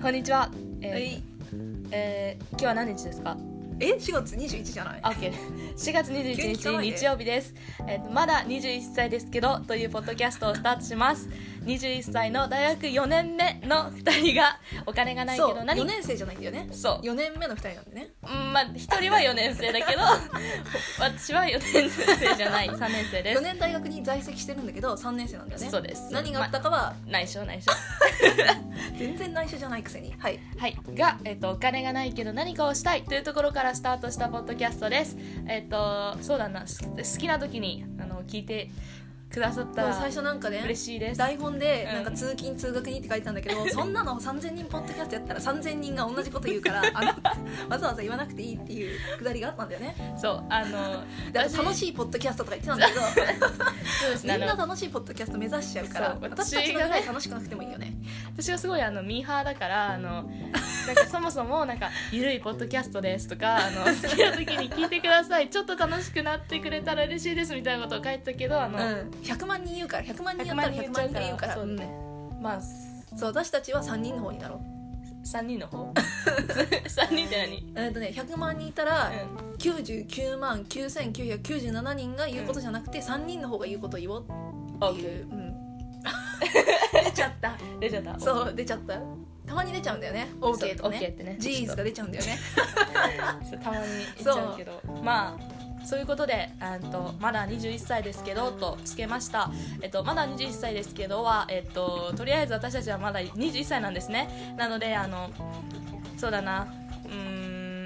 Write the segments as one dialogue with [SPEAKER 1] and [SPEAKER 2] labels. [SPEAKER 1] こんにちは。えー
[SPEAKER 2] はい
[SPEAKER 1] えー今日は何日ですか？
[SPEAKER 2] え4月21じゃない
[SPEAKER 1] あ、OK。4月
[SPEAKER 2] 急に聞か
[SPEAKER 1] 21
[SPEAKER 2] ないで
[SPEAKER 1] 日日曜日です。えっ、とまだ21歳ですけどというポッドキャストをスタートします。21歳の大学4年目の2人がお金がないけ
[SPEAKER 2] そう
[SPEAKER 1] ど何
[SPEAKER 2] 4年生じゃないんだよね
[SPEAKER 1] そう
[SPEAKER 2] 4年目の2人なんでね
[SPEAKER 1] うんまあ一人は4年生だけ ど私は4年生じゃない3年生で
[SPEAKER 2] 4
[SPEAKER 1] す。
[SPEAKER 2] 年大学に在籍してるんだけど3年生なんだよね
[SPEAKER 1] そうです。
[SPEAKER 2] 何があっ
[SPEAKER 1] ま
[SPEAKER 2] たかは
[SPEAKER 1] あ内緒内緒。
[SPEAKER 2] 全然内緒じゃないくせにはい
[SPEAKER 1] はい、が、えっとお金がないけど何かをしたいというところからスタートしたポッドキャストです。えっとそうだなす好きな時にあの聞いてくださった
[SPEAKER 2] もう
[SPEAKER 1] ら
[SPEAKER 2] 最初なんかね
[SPEAKER 1] 嬉しいです。
[SPEAKER 2] 台本で
[SPEAKER 1] うん
[SPEAKER 2] なんか通勤通学にって書いてたん だけど、そんなの3000人ポッドキャストやったら3000人が同じこと言う からあのわざわざ言わなくていいっていうくだりがあったんだよね
[SPEAKER 1] そうあ の
[SPEAKER 2] であと楽
[SPEAKER 1] い
[SPEAKER 2] しいポッドキャストとか言ってたん だけど
[SPEAKER 1] そうです
[SPEAKER 2] み
[SPEAKER 1] ね
[SPEAKER 2] んな
[SPEAKER 1] あの
[SPEAKER 2] 楽しいポッドキャスト目指しちゃうから
[SPEAKER 1] そう
[SPEAKER 2] 私たちのぐらい楽しくなくてもいいよね
[SPEAKER 1] 私はすごいあのミーハーだからあのなんかそもそもなんかゆるいポッドキャストですとかあの好きな時に聞いてください ちょっと楽しくなってくれたら嬉しいですみたいなことを書いてたけどあ
[SPEAKER 2] う
[SPEAKER 1] の、
[SPEAKER 2] ん、100万人言うから100万人や
[SPEAKER 1] 100
[SPEAKER 2] ったら
[SPEAKER 1] 万人言っ
[SPEAKER 2] 100
[SPEAKER 1] ちゃ
[SPEAKER 2] 万
[SPEAKER 1] う
[SPEAKER 2] 人
[SPEAKER 1] から
[SPEAKER 2] 言うから
[SPEAKER 1] そうだね。まあ
[SPEAKER 2] うんそう私たちは3人の方になろう
[SPEAKER 1] 三人の 方三人って何？
[SPEAKER 2] えっとね100万人いたら
[SPEAKER 1] うん
[SPEAKER 2] 99万9997人が言うことじゃなくて3人の方が言うことを言おうっていう、うん 出ちゃった
[SPEAKER 1] 出ちゃった。
[SPEAKER 2] そう出ちゃったたまに出ちゃうんだよね OK と
[SPEAKER 1] そ
[SPEAKER 2] か
[SPEAKER 1] う OK
[SPEAKER 2] ね
[SPEAKER 1] ってね
[SPEAKER 2] ジーンズが出ちゃうんだよね
[SPEAKER 1] そうたまに言っちゃうけどまあそういうことで、あんとまだ21歳ですけどとつけました。えっとまだ21歳ですけどはえっととりあえず私たちはまだ21歳なんですね。なのであのそうだなうー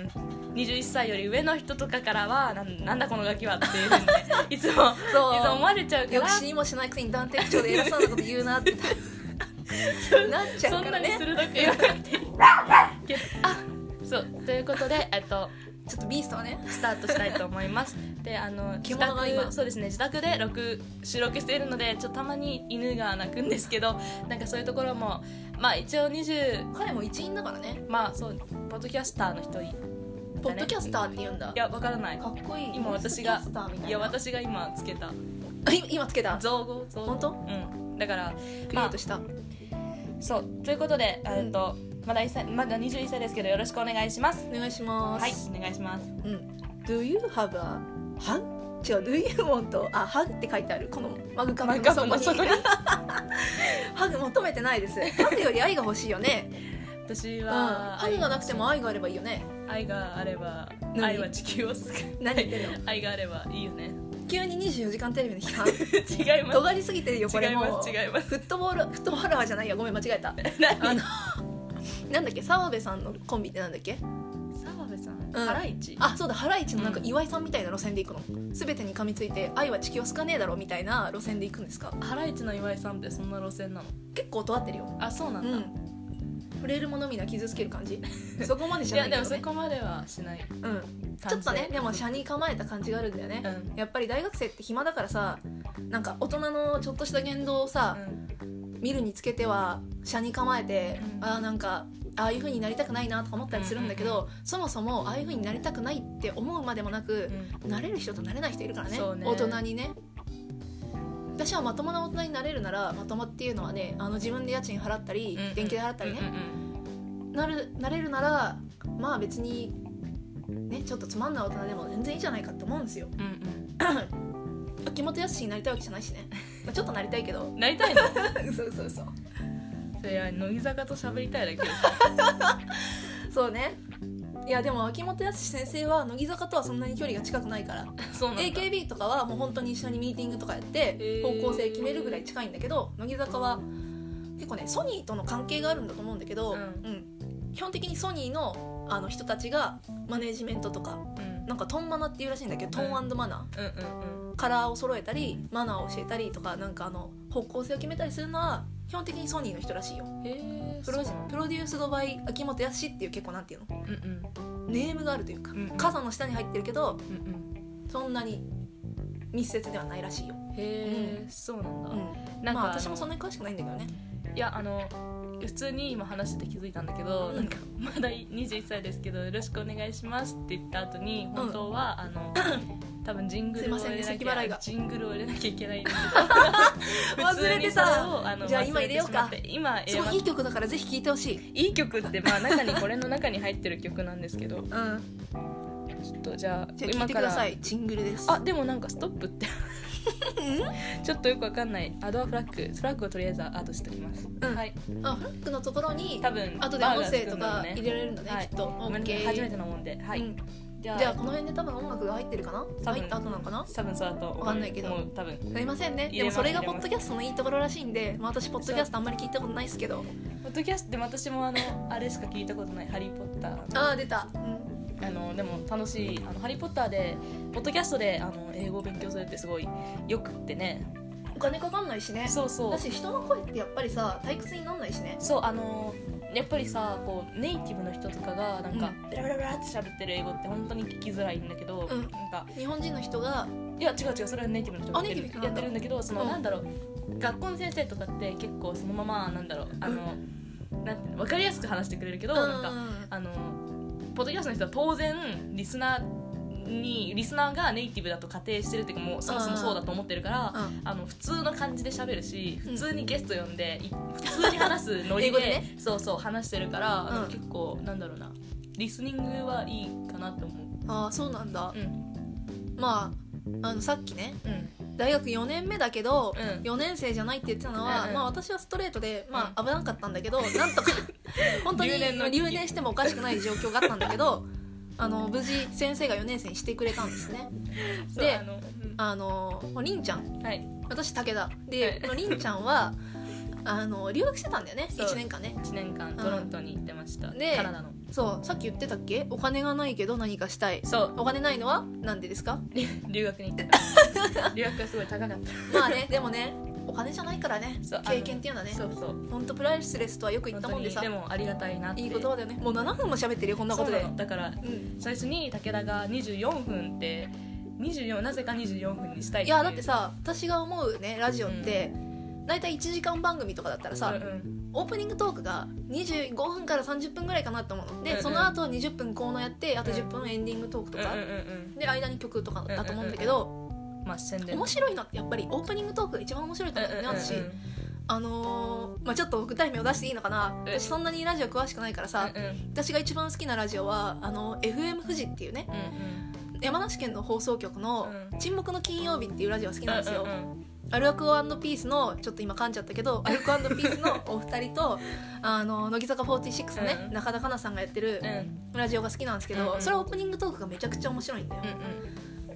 [SPEAKER 1] ん21歳より上の人とかからはなんなんだこのガキはっていうふうに ねいつもいつも
[SPEAKER 2] そう
[SPEAKER 1] 思われちゃうか
[SPEAKER 2] よく
[SPEAKER 1] ら。
[SPEAKER 2] 死にもしないくせに断定口調で偉そうなこと言うなっ てなっちゃ
[SPEAKER 1] そ
[SPEAKER 2] うんか
[SPEAKER 1] な
[SPEAKER 2] ら
[SPEAKER 1] に
[SPEAKER 2] ね
[SPEAKER 1] 鋭く言わな くていいけどあそうということでえっと
[SPEAKER 2] ちょっとビーストはね
[SPEAKER 1] スタートしたいと思います。で、あの自
[SPEAKER 2] 獣が今
[SPEAKER 1] 宅そうですね自宅で録収録しているので、ちょっとたまに犬が鳴くんですけど、なんかそういうところもまあ一応20
[SPEAKER 2] 彼も一員だからね
[SPEAKER 1] まあそうポッドキャスターの一人い
[SPEAKER 2] ポッドキャスターって言うんだ
[SPEAKER 1] やわからない
[SPEAKER 2] か。っこいい
[SPEAKER 1] 今私が
[SPEAKER 2] ポッドキャスターみたいない
[SPEAKER 1] や私が今つけた
[SPEAKER 2] あい 今つけた
[SPEAKER 1] 造語造語
[SPEAKER 2] 本当
[SPEAKER 1] うんだから
[SPEAKER 2] クリエイトした、
[SPEAKER 1] そうということでえっと、まだ1歳まだ21歳ですけどよろしくお願いします。
[SPEAKER 2] お願いします
[SPEAKER 1] はいお願いします。
[SPEAKER 2] うん、Do you have a hug? 違う Do you want a hug? って書いてあるこのマグカップのそこに
[SPEAKER 1] マグカップのそ
[SPEAKER 2] ハグ求めてな いですハグより愛が欲しいよね、
[SPEAKER 1] 私
[SPEAKER 2] うん、
[SPEAKER 1] は
[SPEAKER 2] ハグがなくても愛があればいいよね
[SPEAKER 1] 愛があれば
[SPEAKER 2] 何
[SPEAKER 1] 愛は地球を救う
[SPEAKER 2] 何言ってんの
[SPEAKER 1] 愛があればいいよね
[SPEAKER 2] 急に24時間テレビの批判
[SPEAKER 1] 違います
[SPEAKER 2] 尖りすぎてるよこれ
[SPEAKER 1] 違い
[SPEAKER 2] も
[SPEAKER 1] ます違い ます
[SPEAKER 2] フットボールフットボールはじゃないやごめん間違 えたあのなんだっけ澤部さんのコンビってなんだっけ
[SPEAKER 1] 澤部さん、
[SPEAKER 2] ん
[SPEAKER 1] ハライチ
[SPEAKER 2] あそうだハライチのなんか岩井さんみたいな路線で行くの全てに噛みついて愛は地球を救かねえだろみたいな路線で行くんですか
[SPEAKER 1] ハライチの岩井さんってそんな路線なの
[SPEAKER 2] 結構尖ってるよ
[SPEAKER 1] あそうなんだ、
[SPEAKER 2] うん、触れるものみな傷つける感じそこまでじ
[SPEAKER 1] い
[SPEAKER 2] ゃな
[SPEAKER 1] やでも
[SPEAKER 2] いけど、
[SPEAKER 1] そ
[SPEAKER 2] ね
[SPEAKER 1] こまではしない
[SPEAKER 2] うん、ちょっとねでも車に構えた感じがあるんだよね
[SPEAKER 1] う、ん
[SPEAKER 2] やっぱり大学生って暇だからさなんか大人のちょっとした言動をさ、見るにつけては車に構えて、
[SPEAKER 1] うん
[SPEAKER 2] ああなんかああいう風になりたくないなとか思ったりするんだけど、そもそもああいう風になりたくないって思うまでもなく
[SPEAKER 1] う、ん
[SPEAKER 2] なれる人となれない人いるからね
[SPEAKER 1] そうね
[SPEAKER 2] 大人にね私はまともな大人になれるならまともっていうのはねあの自分で家賃払ったり、
[SPEAKER 1] うん
[SPEAKER 2] 電気代払ったりね、
[SPEAKER 1] うんうん
[SPEAKER 2] なるなれるならまあ別にねちょっとつまんない大人でも全然いいじゃないかって思うんですよ
[SPEAKER 1] うんうん
[SPEAKER 2] 秋元康になりたいわけじゃないし ね、まあ、ちょっとなりたいけど
[SPEAKER 1] なりたいの
[SPEAKER 2] 嘘嘘嘘
[SPEAKER 1] それは乃木坂と喋りた いだけで
[SPEAKER 2] そうねいやでも秋元康先生は乃木坂とはそんなに距離が近くないから
[SPEAKER 1] すそうなんだ
[SPEAKER 2] AKB とかはもう本当に一緒にミーティングとかやって
[SPEAKER 1] へー
[SPEAKER 2] 方向性決めるぐらい近いんだけど乃木坂は結構ねソニーとの関係があるんだと思うんだけど、
[SPEAKER 1] うん
[SPEAKER 2] うん基本的にソニーのあの人たちがマネジメントとか
[SPEAKER 1] うん
[SPEAKER 2] なんかトンマナっていうらしいんだけどトーンマナー、
[SPEAKER 1] うんうんうん
[SPEAKER 2] カラーを揃えたりマナーを教えたりとかなんかあの方向性を決めたりするのは基本的にソニーの人らしいよ
[SPEAKER 1] へえ
[SPEAKER 2] プ
[SPEAKER 1] そう
[SPEAKER 2] ロ
[SPEAKER 1] なの
[SPEAKER 2] プロデュースドバイ秋元康っていう結構なんていうの
[SPEAKER 1] うんうん
[SPEAKER 2] ネームがあるというか、
[SPEAKER 1] うんうん
[SPEAKER 2] 傘の下に入ってるけど
[SPEAKER 1] うん
[SPEAKER 2] そんなに密接ではないらしいよ、
[SPEAKER 1] うんへえそうなんだ、
[SPEAKER 2] うん、
[SPEAKER 1] なんか、
[SPEAKER 2] まあ私
[SPEAKER 1] あ
[SPEAKER 2] も
[SPEAKER 1] の
[SPEAKER 2] そんなに詳しくないんだけどね
[SPEAKER 1] いやあの普通に今話してて気づいたんだけど、
[SPEAKER 2] うん
[SPEAKER 1] なんかまだ21歳ですけどよろしくお願いしますって言った後に本当は、あの 多分ジングルを入れな
[SPEAKER 2] すいませんね
[SPEAKER 1] き
[SPEAKER 2] 咳払
[SPEAKER 1] ゃ、
[SPEAKER 2] いが
[SPEAKER 1] ジングルを入れなきゃいけないん だけど
[SPEAKER 2] 忘れてた
[SPEAKER 1] 普通にそれをあの
[SPEAKER 2] じゃあ今
[SPEAKER 1] 忘れてしまって今
[SPEAKER 2] す
[SPEAKER 1] え
[SPEAKER 2] ごいいい曲だからぜひ聴いてほし
[SPEAKER 1] い
[SPEAKER 2] い
[SPEAKER 1] い曲ってまあ中にこれの中に入ってる曲なんですけど
[SPEAKER 2] うん
[SPEAKER 1] ちょっとじゃあ
[SPEAKER 2] じゃあ聴いてくださいジングルです
[SPEAKER 1] あでもなんかストップって ちょっとよくわかんないアドアフラッグフラッグをとりあえずアートしておきます、
[SPEAKER 2] うん
[SPEAKER 1] はい
[SPEAKER 2] あフラッグのところに
[SPEAKER 1] 多分
[SPEAKER 2] 後で
[SPEAKER 1] バー
[SPEAKER 2] 音
[SPEAKER 1] がつ
[SPEAKER 2] 声
[SPEAKER 1] く
[SPEAKER 2] と
[SPEAKER 1] んだろ
[SPEAKER 2] か
[SPEAKER 1] うね
[SPEAKER 2] 入れられるんだね
[SPEAKER 1] はい
[SPEAKER 2] きっと
[SPEAKER 1] ごめんね
[SPEAKER 2] OK
[SPEAKER 1] 初めてなもんではい、
[SPEAKER 2] うん
[SPEAKER 1] じゃあ
[SPEAKER 2] じゃあこの辺で多分音楽が入ってるかな
[SPEAKER 1] 多分
[SPEAKER 2] 入った後なのかな
[SPEAKER 1] 多分そうだと思う
[SPEAKER 2] わかんないけど
[SPEAKER 1] もう多分
[SPEAKER 2] すいませんね
[SPEAKER 1] 入
[SPEAKER 2] で
[SPEAKER 1] れま
[SPEAKER 2] も
[SPEAKER 1] す
[SPEAKER 2] それがポッドキャストのいいところらしいんで、まあ、私ポッドキャストあんまり聞いたことないですけど
[SPEAKER 1] ポッドキャストでも私もあのあれしか聞いたことない「ハリー・ポッターの」
[SPEAKER 2] ああ出た、うん
[SPEAKER 1] あのでも楽しい「あのハリー・ポッターで」ポッドキャストであの英語を勉強するってすごいよくってね
[SPEAKER 2] お金かかんないしね
[SPEAKER 1] そうそう
[SPEAKER 2] だし人の声ってやっぱりさ退屈になんないしね
[SPEAKER 1] そうあのやっぱりさこうネイティブの人とかがなんか、ベラベラベラって喋ってる英語って本当に聞きづらいんだけど、
[SPEAKER 2] うん
[SPEAKER 1] なんか
[SPEAKER 2] 日本人の人が
[SPEAKER 1] いや違う違うそれはネイティブの人が
[SPEAKER 2] あ
[SPEAKER 1] やって
[SPEAKER 2] ネイティ
[SPEAKER 1] る
[SPEAKER 2] ブの人な
[SPEAKER 1] や
[SPEAKER 2] ん
[SPEAKER 1] っ
[SPEAKER 2] だ
[SPEAKER 1] てるんだけどその、
[SPEAKER 2] うん
[SPEAKER 1] なんだろう学校の先生とかって結構そのままなんだろうあの、なん分かりやすく話してくれるけど、なんかあのポッドキャストの人は当然リスナーにリスナーがネイティブだと仮定してるっていうかもうそもそもそうだと思ってるから、
[SPEAKER 2] うん
[SPEAKER 1] あの普通の感じで喋るし
[SPEAKER 2] うん
[SPEAKER 1] 普通にゲスト呼んで、 い普通に話すノリで
[SPEAKER 2] 英語でね
[SPEAKER 1] そうそう話してるから、あの
[SPEAKER 2] うん
[SPEAKER 1] 結構なんだろうなリスニングはいいかなと思う
[SPEAKER 2] ああそうなんだ、
[SPEAKER 1] うん
[SPEAKER 2] まああのさっきね
[SPEAKER 1] うん
[SPEAKER 2] 大学4年目だけど、
[SPEAKER 1] うん
[SPEAKER 2] 4年生じゃないって言ってたのは、
[SPEAKER 1] うんうん
[SPEAKER 2] まあ、私はストレートで、まあ、危なかったんだけど、なん とか本当に
[SPEAKER 1] 留年の危機
[SPEAKER 2] 留年してもおかしくない状況があったんだけどあの無事先生が4年生にしてくれたんですね
[SPEAKER 1] そう
[SPEAKER 2] で
[SPEAKER 1] あの、うん
[SPEAKER 2] あのりんちゃん
[SPEAKER 1] はい
[SPEAKER 2] 私武田で
[SPEAKER 1] は
[SPEAKER 2] りんちゃんはあの留学してたんだよね
[SPEAKER 1] そう
[SPEAKER 2] 1年間ね
[SPEAKER 1] 1年間トロントに行ってました、
[SPEAKER 2] で
[SPEAKER 1] カナダの
[SPEAKER 2] そうさっき言ってたっけお金がないけど何かしたい
[SPEAKER 1] そう
[SPEAKER 2] お金ないのは何でですか
[SPEAKER 1] 留学に行って た留学がすごい高かった
[SPEAKER 2] まあねでもねお金じゃないからね
[SPEAKER 1] そうあの
[SPEAKER 2] 経験っていうのはね
[SPEAKER 1] そうそう
[SPEAKER 2] 本当プライスレスとはよく言ったもんでさ
[SPEAKER 1] 本当にでもありがたいなって
[SPEAKER 2] いい言葉だよねもう7分も喋ってるよこんな
[SPEAKER 1] そ
[SPEAKER 2] こ
[SPEAKER 1] う
[SPEAKER 2] と
[SPEAKER 1] な
[SPEAKER 2] で
[SPEAKER 1] のだから
[SPEAKER 2] うん
[SPEAKER 1] 最初に武田が24分って24なぜか24分にしたい
[SPEAKER 2] いやだってさ私が思うねラジオって、大体1時間番組とかだったらさ、
[SPEAKER 1] うんうん
[SPEAKER 2] オープニングトークが25分から30分ぐらいかなと思うの
[SPEAKER 1] う
[SPEAKER 2] で、
[SPEAKER 1] んうん
[SPEAKER 2] その後20分コーナーやってあと
[SPEAKER 1] うん
[SPEAKER 2] 10分エンディングトークと
[SPEAKER 1] うん
[SPEAKER 2] か、
[SPEAKER 1] うんうん
[SPEAKER 2] で間に曲とかだと思うんだけど、
[SPEAKER 1] うんまあ宣伝
[SPEAKER 2] 面白いのってやっぱりオープニングトークが一番面白いと思うんだよね私、
[SPEAKER 1] うんうんうん
[SPEAKER 2] あのーまあ、ちょっと具体名を出していいのかな、
[SPEAKER 1] うん
[SPEAKER 2] 私そんなにラジオ詳しくないからさ、
[SPEAKER 1] うんうん
[SPEAKER 2] 私が一番好きなラジオはあの FM 富士っていうね山梨県の放送局の
[SPEAKER 1] う
[SPEAKER 2] 「沈黙の金曜日」っていうラジオが好きなんですよ、
[SPEAKER 1] うんうん
[SPEAKER 2] アルアクオピースのちょっと今噛んじゃったけどアルアクオピースのお二人 とあの乃木坂46のね、
[SPEAKER 1] うん
[SPEAKER 2] 中田香菜さんがやってる
[SPEAKER 1] うん
[SPEAKER 2] ラジオが好きなんですけど、
[SPEAKER 1] うんうん
[SPEAKER 2] それはオープニングトークがめちゃくちゃ面白いんだよ、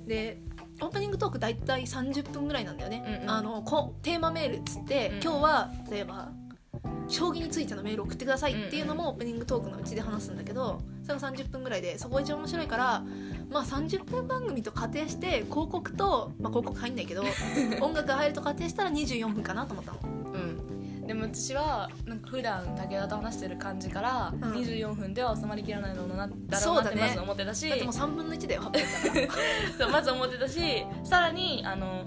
[SPEAKER 2] でオープニングトーク大体30分ぐらいなんだよね、
[SPEAKER 1] うんうん
[SPEAKER 2] あのこテーマメールっつって、
[SPEAKER 1] うん
[SPEAKER 2] 今日は例えば将棋についてのメール送ってくださいっていうのもオープニングトークのうちで話すんだけどそれが30分ぐらいでそこが一番面白いから、まあ、30分番組と仮定して広告と、まあ、広告入んない けど音楽が入ると仮定したら24分かなと思ったの
[SPEAKER 1] うんうんでも私はなんか普段武田と話してる感じから
[SPEAKER 2] ん
[SPEAKER 1] 24分では収まりきらないのだなだろ
[SPEAKER 2] そうう
[SPEAKER 1] な
[SPEAKER 2] だ
[SPEAKER 1] っ
[SPEAKER 2] ね
[SPEAKER 1] てまず思ってたし
[SPEAKER 2] だってもう3分の1だよ発表したら
[SPEAKER 1] そうまず思ってたしさらにあの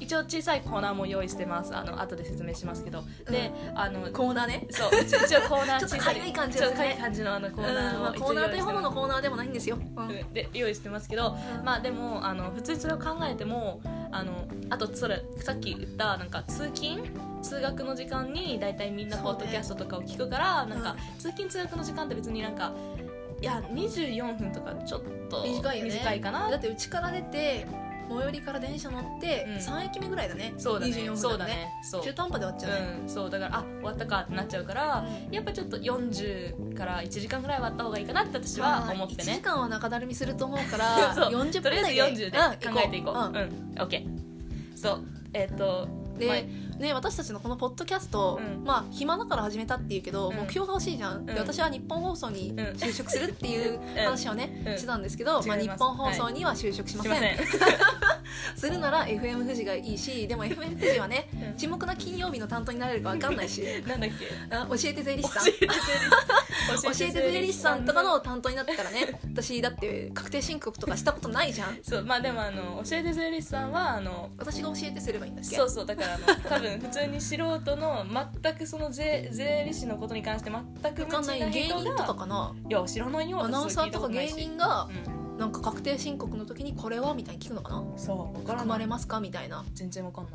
[SPEAKER 1] 一応小さいコーナーも用意してますあの後で説明しますけど、であの
[SPEAKER 2] コーナーね
[SPEAKER 1] そう一応一応コーナー
[SPEAKER 2] ちょっ
[SPEAKER 1] 小
[SPEAKER 2] と
[SPEAKER 1] さ
[SPEAKER 2] かゆい感じで
[SPEAKER 1] ちょ
[SPEAKER 2] す
[SPEAKER 1] っ
[SPEAKER 2] ね
[SPEAKER 1] とかゆい感じのあのコ
[SPEAKER 2] コ
[SPEAKER 1] ー
[SPEAKER 2] ーナ
[SPEAKER 1] ナ
[SPEAKER 2] ー,、
[SPEAKER 1] ーを
[SPEAKER 2] まあ、コーナーというほどのコーナーでもないんですよ、うん
[SPEAKER 1] うんで用意してますけど、
[SPEAKER 2] うん
[SPEAKER 1] まあでもあの普通にそれを考えてもあのあとそれさっき言ったなんか通勤通学の時間に大体みんな
[SPEAKER 2] そ
[SPEAKER 1] ポ
[SPEAKER 2] う
[SPEAKER 1] ッ
[SPEAKER 2] ね
[SPEAKER 1] ドキャストとかを聞くから、なんか
[SPEAKER 2] う
[SPEAKER 1] 通勤通学の時間って別になんかいや24分とかちょっと
[SPEAKER 2] 短いよね
[SPEAKER 1] いかな
[SPEAKER 2] だってうちから出て最寄りから電車乗って
[SPEAKER 1] うん
[SPEAKER 2] 3駅目ぐらいだね、
[SPEAKER 1] そうだね
[SPEAKER 2] 24分
[SPEAKER 1] そう
[SPEAKER 2] だ
[SPEAKER 1] だ
[SPEAKER 2] ね
[SPEAKER 1] ねそう
[SPEAKER 2] 中途半端で終わっちゃうね、
[SPEAKER 1] うん、そうだからあ終わったかってなっちゃうから、
[SPEAKER 2] うん
[SPEAKER 1] やっぱちょっと40から1時間ぐらいはあった方がいいかなって私は思って
[SPEAKER 2] 1時
[SPEAKER 1] ね
[SPEAKER 2] 間は中だるみすると思うか ら
[SPEAKER 1] そう
[SPEAKER 2] 40分
[SPEAKER 1] とりあ
[SPEAKER 2] 台で
[SPEAKER 1] えず40で考えていこう、うん
[SPEAKER 2] ん
[SPEAKER 1] OK そうえっ、と
[SPEAKER 2] で、
[SPEAKER 1] まあ
[SPEAKER 2] ね、私たちのこのポッドキャスト、
[SPEAKER 1] うん
[SPEAKER 2] まあ暇だから始めたっていうけど、
[SPEAKER 1] うん
[SPEAKER 2] 目標が欲しいじゃん、で
[SPEAKER 1] うん
[SPEAKER 2] 私は日本放送に
[SPEAKER 1] うん
[SPEAKER 2] 就職するっていう話をね、
[SPEAKER 1] うん
[SPEAKER 2] してたんですけど、
[SPEAKER 1] うん
[SPEAKER 2] まあ、
[SPEAKER 1] 違
[SPEAKER 2] 日
[SPEAKER 1] います
[SPEAKER 2] 本放送には就職します
[SPEAKER 1] い
[SPEAKER 2] せ
[SPEAKER 1] ま
[SPEAKER 2] ん、
[SPEAKER 1] せん
[SPEAKER 2] するなら FM 富士がいいしでも FM 富士はね、
[SPEAKER 1] うん
[SPEAKER 2] 沈黙の金曜日の担当になれるか分かんな いし
[SPEAKER 1] なんだっけ
[SPEAKER 2] あ教えて税理士さん
[SPEAKER 1] 教えて
[SPEAKER 2] 教
[SPEAKER 1] 税理士
[SPEAKER 2] えて税理士さんとかの担当になったからね 私だって確定申告とかしたことないじゃん
[SPEAKER 1] そうまあでもあの教えて税理士さんはあの
[SPEAKER 2] 私が教えてすればいいんだっけ
[SPEAKER 1] そうそうだからあの多分普通に素人の全くその税税理士のことに関して全く
[SPEAKER 2] わかん
[SPEAKER 1] 無
[SPEAKER 2] な
[SPEAKER 1] 知
[SPEAKER 2] い芸
[SPEAKER 1] 人
[SPEAKER 2] 人
[SPEAKER 1] が
[SPEAKER 2] とかかない
[SPEAKER 1] や知らないよ
[SPEAKER 2] アナウンサーとか芸
[SPEAKER 1] 私そう聞いた
[SPEAKER 2] 人
[SPEAKER 1] こ
[SPEAKER 2] が
[SPEAKER 1] とないしうん
[SPEAKER 2] なんか確定申告の時にこれはみたいに聞くのかな
[SPEAKER 1] そう分から
[SPEAKER 2] 含ま
[SPEAKER 1] な
[SPEAKER 2] れ
[SPEAKER 1] い
[SPEAKER 2] ますかみたいな
[SPEAKER 1] 全然分かんない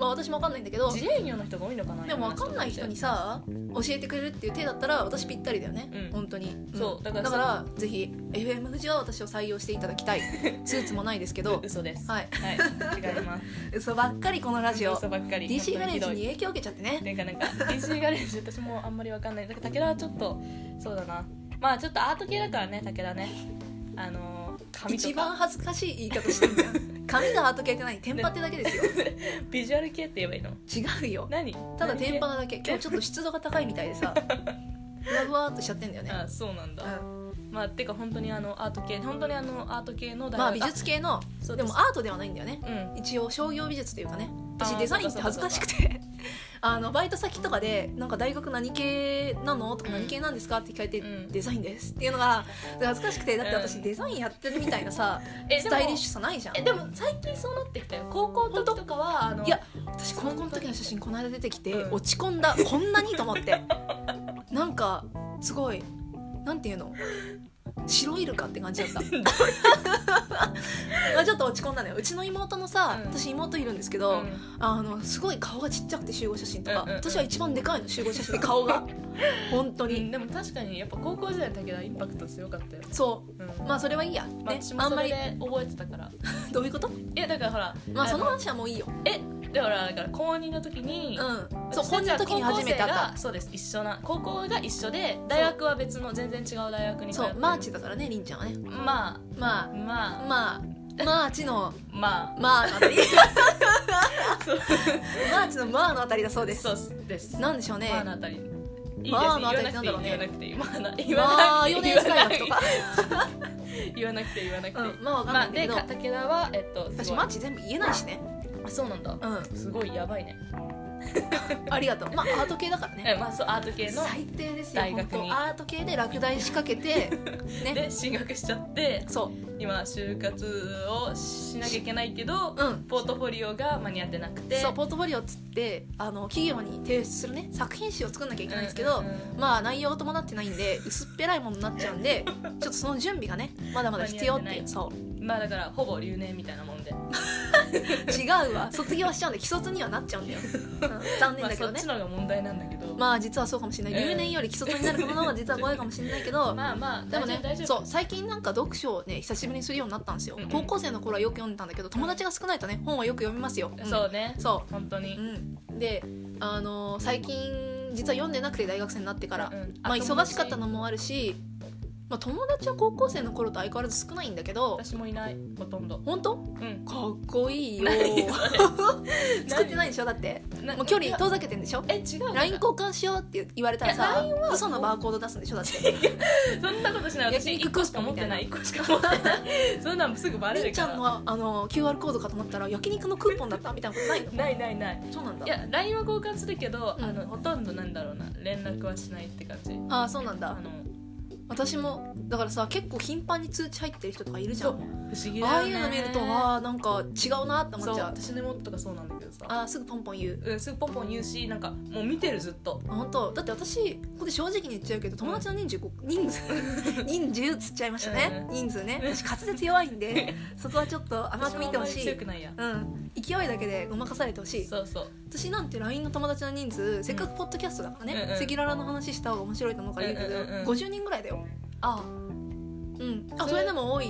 [SPEAKER 2] まあ私もわかんないんだけど
[SPEAKER 1] 自営業の人が多いのかな
[SPEAKER 2] でも分かんない人にさ教えてくれるっていう手だったら私ぴったりだよね、
[SPEAKER 1] うん
[SPEAKER 2] 本当に、ん
[SPEAKER 1] そうだ
[SPEAKER 2] だ
[SPEAKER 1] か
[SPEAKER 2] かららぜひ FM 富士は私を採用していただ きたいスーツもないですけど
[SPEAKER 1] 嘘です
[SPEAKER 2] はい
[SPEAKER 1] はい違います
[SPEAKER 2] 嘘ばっかりこのラジオ
[SPEAKER 1] 嘘ばっかり
[SPEAKER 2] DC ガレージ
[SPEAKER 1] 本当
[SPEAKER 2] に
[SPEAKER 1] ひ
[SPEAKER 2] 影響を受けちゃってね
[SPEAKER 1] どいなんかなんか DC ガレージ私もあんまり分かんないだから武田はちょっとそうだなまあちょっとアート系だからね武田ねあのー髪と
[SPEAKER 2] 一
[SPEAKER 1] か
[SPEAKER 2] 番恥ずかしい言い方してるんだよ 髪がハート系ってないテンパってだけですよ
[SPEAKER 1] ビジュアル系って言えばいいの
[SPEAKER 2] 違うよ
[SPEAKER 1] 何
[SPEAKER 2] ただ
[SPEAKER 1] 何系
[SPEAKER 2] テンパなだけ今日ちょっと湿度が高いみたいでさふわふわっとしちゃってんだよね
[SPEAKER 1] あそうなんだ、
[SPEAKER 2] うん
[SPEAKER 1] まあてか本当にあのアート系本当にあのアート系の大学
[SPEAKER 2] まあ美術系の
[SPEAKER 1] あそう
[SPEAKER 2] で
[SPEAKER 1] です
[SPEAKER 2] もアートではないんだよね
[SPEAKER 1] うん
[SPEAKER 2] 一応商業美術というかね
[SPEAKER 1] あ
[SPEAKER 2] 私
[SPEAKER 1] ー
[SPEAKER 2] デザインって恥ずかしくて あのバイト先とかで「なんか大学何系なの?」とか「
[SPEAKER 1] うん
[SPEAKER 2] 何系なんですか?」って聞かれて「
[SPEAKER 1] うん
[SPEAKER 2] デザインです」っていうのが恥ずかしくてだって
[SPEAKER 1] う
[SPEAKER 2] 私
[SPEAKER 1] ん
[SPEAKER 2] デザインやってるみたいなさ
[SPEAKER 1] え
[SPEAKER 2] スタイリッ
[SPEAKER 1] ュ
[SPEAKER 2] シュさないじゃん
[SPEAKER 1] えでも最近そうなってきたよ高校の時とかはあの
[SPEAKER 2] いや私高校の時の写真この間出てきて、
[SPEAKER 1] うん
[SPEAKER 2] 落ち込んだ こんなにと思ってなんかすごいなんていうの白イルカって感じ だった まあちょっと落ち込んだねうちの妹のさ、
[SPEAKER 1] うん
[SPEAKER 2] 私妹いるんですけ
[SPEAKER 1] う
[SPEAKER 2] ど、
[SPEAKER 1] ん
[SPEAKER 2] あのすごい顔がちっちゃくて集合写真とか、
[SPEAKER 1] うんうんうん
[SPEAKER 2] 私は一番でかいの集合写真で 顔が本当に、
[SPEAKER 1] うんでも確かにやっぱ高校時代の武田インパクト強かったよ、
[SPEAKER 2] そう
[SPEAKER 1] うん
[SPEAKER 2] まあそれはいいや、
[SPEAKER 1] まあ
[SPEAKER 2] ね
[SPEAKER 1] 私も
[SPEAKER 2] あん
[SPEAKER 1] そ
[SPEAKER 2] ま
[SPEAKER 1] れ
[SPEAKER 2] り
[SPEAKER 1] で覚えてたから
[SPEAKER 2] どういうこと
[SPEAKER 1] いやだからほら
[SPEAKER 2] まあその
[SPEAKER 1] の
[SPEAKER 2] 話はもういいよ
[SPEAKER 1] えだからだから高2の時に、
[SPEAKER 2] うんそうこんな時に初めて
[SPEAKER 1] 高校生
[SPEAKER 2] 会った
[SPEAKER 1] がそうです一緒な高校が一緒で大学は別の全然違う大学に通
[SPEAKER 2] そ
[SPEAKER 1] って
[SPEAKER 2] うマーチだからねりんちゃんはね
[SPEAKER 1] ま
[SPEAKER 2] まあ
[SPEAKER 1] あまあ
[SPEAKER 2] まあ、マーチの、
[SPEAKER 1] まあ
[SPEAKER 2] まあ のあたり。
[SPEAKER 1] そう
[SPEAKER 2] マーチのまあのあたりだそうです
[SPEAKER 1] そ。うです
[SPEAKER 2] なんでしょうね。
[SPEAKER 1] まあのあたり。いいです。
[SPEAKER 2] まあ
[SPEAKER 1] 言
[SPEAKER 2] のあ
[SPEAKER 1] わ
[SPEAKER 2] たり
[SPEAKER 1] なくていい。
[SPEAKER 2] なんだろうね
[SPEAKER 1] 言わなくていい。まあな言
[SPEAKER 2] まあ、
[SPEAKER 1] わな
[SPEAKER 2] 4
[SPEAKER 1] くていい。
[SPEAKER 2] 年大学とか。
[SPEAKER 1] 言わなくていい。言わなくていい。言わなく
[SPEAKER 2] う
[SPEAKER 1] てい
[SPEAKER 2] ん、
[SPEAKER 1] い
[SPEAKER 2] まあわかん
[SPEAKER 1] ま
[SPEAKER 2] な
[SPEAKER 1] あ
[SPEAKER 2] いけ
[SPEAKER 1] で
[SPEAKER 2] ど。
[SPEAKER 1] か武田はえっとす
[SPEAKER 2] 私、
[SPEAKER 1] ごい
[SPEAKER 2] マーチ全部言えないしね。
[SPEAKER 1] あそうなんだ
[SPEAKER 2] う。ん、
[SPEAKER 1] すごいやばいね。
[SPEAKER 2] ありがとう。まあ、アート系だから
[SPEAKER 1] え
[SPEAKER 2] ね。
[SPEAKER 1] まあそうアート系の
[SPEAKER 2] 最低ですよ、
[SPEAKER 1] 大
[SPEAKER 2] 本
[SPEAKER 1] 学に
[SPEAKER 2] 当アート系で落第しか けて、ね。
[SPEAKER 1] で進学しちゃって
[SPEAKER 2] そう。
[SPEAKER 1] 今就活をしなきゃいけないけど
[SPEAKER 2] うん。
[SPEAKER 1] ポートフォリオが間に合ってなくて。
[SPEAKER 2] そう、ポートフォリオっつって、あの、企業に提出するね、作品集を作んなきゃいけないんですけど、
[SPEAKER 1] うんうんうん
[SPEAKER 2] まあ内容が伴ってないんで薄っぺらいものになっちゃうんでちょっとその準備がねまだまだ必要って
[SPEAKER 1] 間に合って
[SPEAKER 2] い
[SPEAKER 1] な
[SPEAKER 2] う
[SPEAKER 1] い
[SPEAKER 2] そう
[SPEAKER 1] まあだからほぼ留年みたいなもんで。
[SPEAKER 2] 違うわ卒業はしちゃうんで既卒にはなっちゃうんだよ、うん残念
[SPEAKER 1] まあ
[SPEAKER 2] だけ
[SPEAKER 1] そ
[SPEAKER 2] ど
[SPEAKER 1] っ
[SPEAKER 2] ね
[SPEAKER 1] ちの方が問題なんだけど。
[SPEAKER 2] まあ実はそうかもしれない留年より既卒になることの方が実は怖いかもしれないけど、
[SPEAKER 1] まあまあ
[SPEAKER 2] でもね
[SPEAKER 1] 大丈夫大丈
[SPEAKER 2] そ
[SPEAKER 1] 夫。
[SPEAKER 2] う最近なんか読書をね久しぶりにするようになったんですよ、
[SPEAKER 1] うんうん
[SPEAKER 2] 高校生の頃はよく読んでたんだけど友達が少ないとね本はよく読みますよ、ん
[SPEAKER 1] そうね。
[SPEAKER 2] そ
[SPEAKER 1] 本当
[SPEAKER 2] う、
[SPEAKER 1] に。
[SPEAKER 2] うん、であのー最近実は読んでなくて大学生になってから、
[SPEAKER 1] うん
[SPEAKER 2] まあ忙しかった
[SPEAKER 1] 友達
[SPEAKER 2] のもあるし、まあ、友達は高校生の頃と相変わらず少ないんだけど
[SPEAKER 1] 私もいないほとんど
[SPEAKER 2] 本当
[SPEAKER 1] うん
[SPEAKER 2] かっこいいよ 作ってないでしょだってもう距離遠ざけてんでしょ
[SPEAKER 1] え違う
[SPEAKER 2] LINE 交換しようって言われたら
[SPEAKER 1] いや
[SPEAKER 2] さ
[SPEAKER 1] LINE は
[SPEAKER 2] 嘘のバーコード出すんでしょ だって
[SPEAKER 1] そんなことしない私
[SPEAKER 2] 焼
[SPEAKER 1] 1
[SPEAKER 2] 肉
[SPEAKER 1] 個しか持ってない1個しか持って ないそんなんすぐバレ
[SPEAKER 2] りん
[SPEAKER 1] る
[SPEAKER 2] ち
[SPEAKER 1] か
[SPEAKER 2] ゃん
[SPEAKER 1] ら
[SPEAKER 2] のあの QR コードかと思ったら焼肉のクーポンだったみたいなことないの
[SPEAKER 1] ないないない
[SPEAKER 2] そうなんだ
[SPEAKER 1] いや LINE は交換するけど、
[SPEAKER 2] うん
[SPEAKER 1] あのほとんどなんだろうな連絡はしないって感じ
[SPEAKER 2] ああそうなん
[SPEAKER 1] あ
[SPEAKER 2] だ
[SPEAKER 1] の
[SPEAKER 2] 私もだからさ結構頻繁に通知入ってる人とかいるじゃ
[SPEAKER 1] そうん不思議だ
[SPEAKER 2] ああ
[SPEAKER 1] よね
[SPEAKER 2] いうの見るとああなんか違うなって思
[SPEAKER 1] そ
[SPEAKER 2] っ
[SPEAKER 1] う
[SPEAKER 2] ちゃう
[SPEAKER 1] 私の妹とかそうなんだけどさ
[SPEAKER 2] ああすぐポンポン言う
[SPEAKER 1] うんすぐポンポン言うしなんかもう見てるずっと
[SPEAKER 2] あ本当だって私ここで正直に言っちゃうけど友達の人数こ人数人数つっちゃいましたね
[SPEAKER 1] う
[SPEAKER 2] 人数ね私滑舌弱いんで そこはちょっと甘く見て
[SPEAKER 1] 私もあんま
[SPEAKER 2] ほし
[SPEAKER 1] り
[SPEAKER 2] い
[SPEAKER 1] 強くないや
[SPEAKER 2] うん勢いだけでごまかされてほしい
[SPEAKER 1] そうそう
[SPEAKER 2] 私なんて LINE の友達の人数せっかくポッドキャストだからね
[SPEAKER 1] うんうん
[SPEAKER 2] 赤裸々の話した方が面白いと思うから言うけど
[SPEAKER 1] うんうんうん
[SPEAKER 2] 50人ぐらいだよ
[SPEAKER 1] あ
[SPEAKER 2] うん
[SPEAKER 1] そ
[SPEAKER 2] あ
[SPEAKER 1] れ
[SPEAKER 2] それでも多い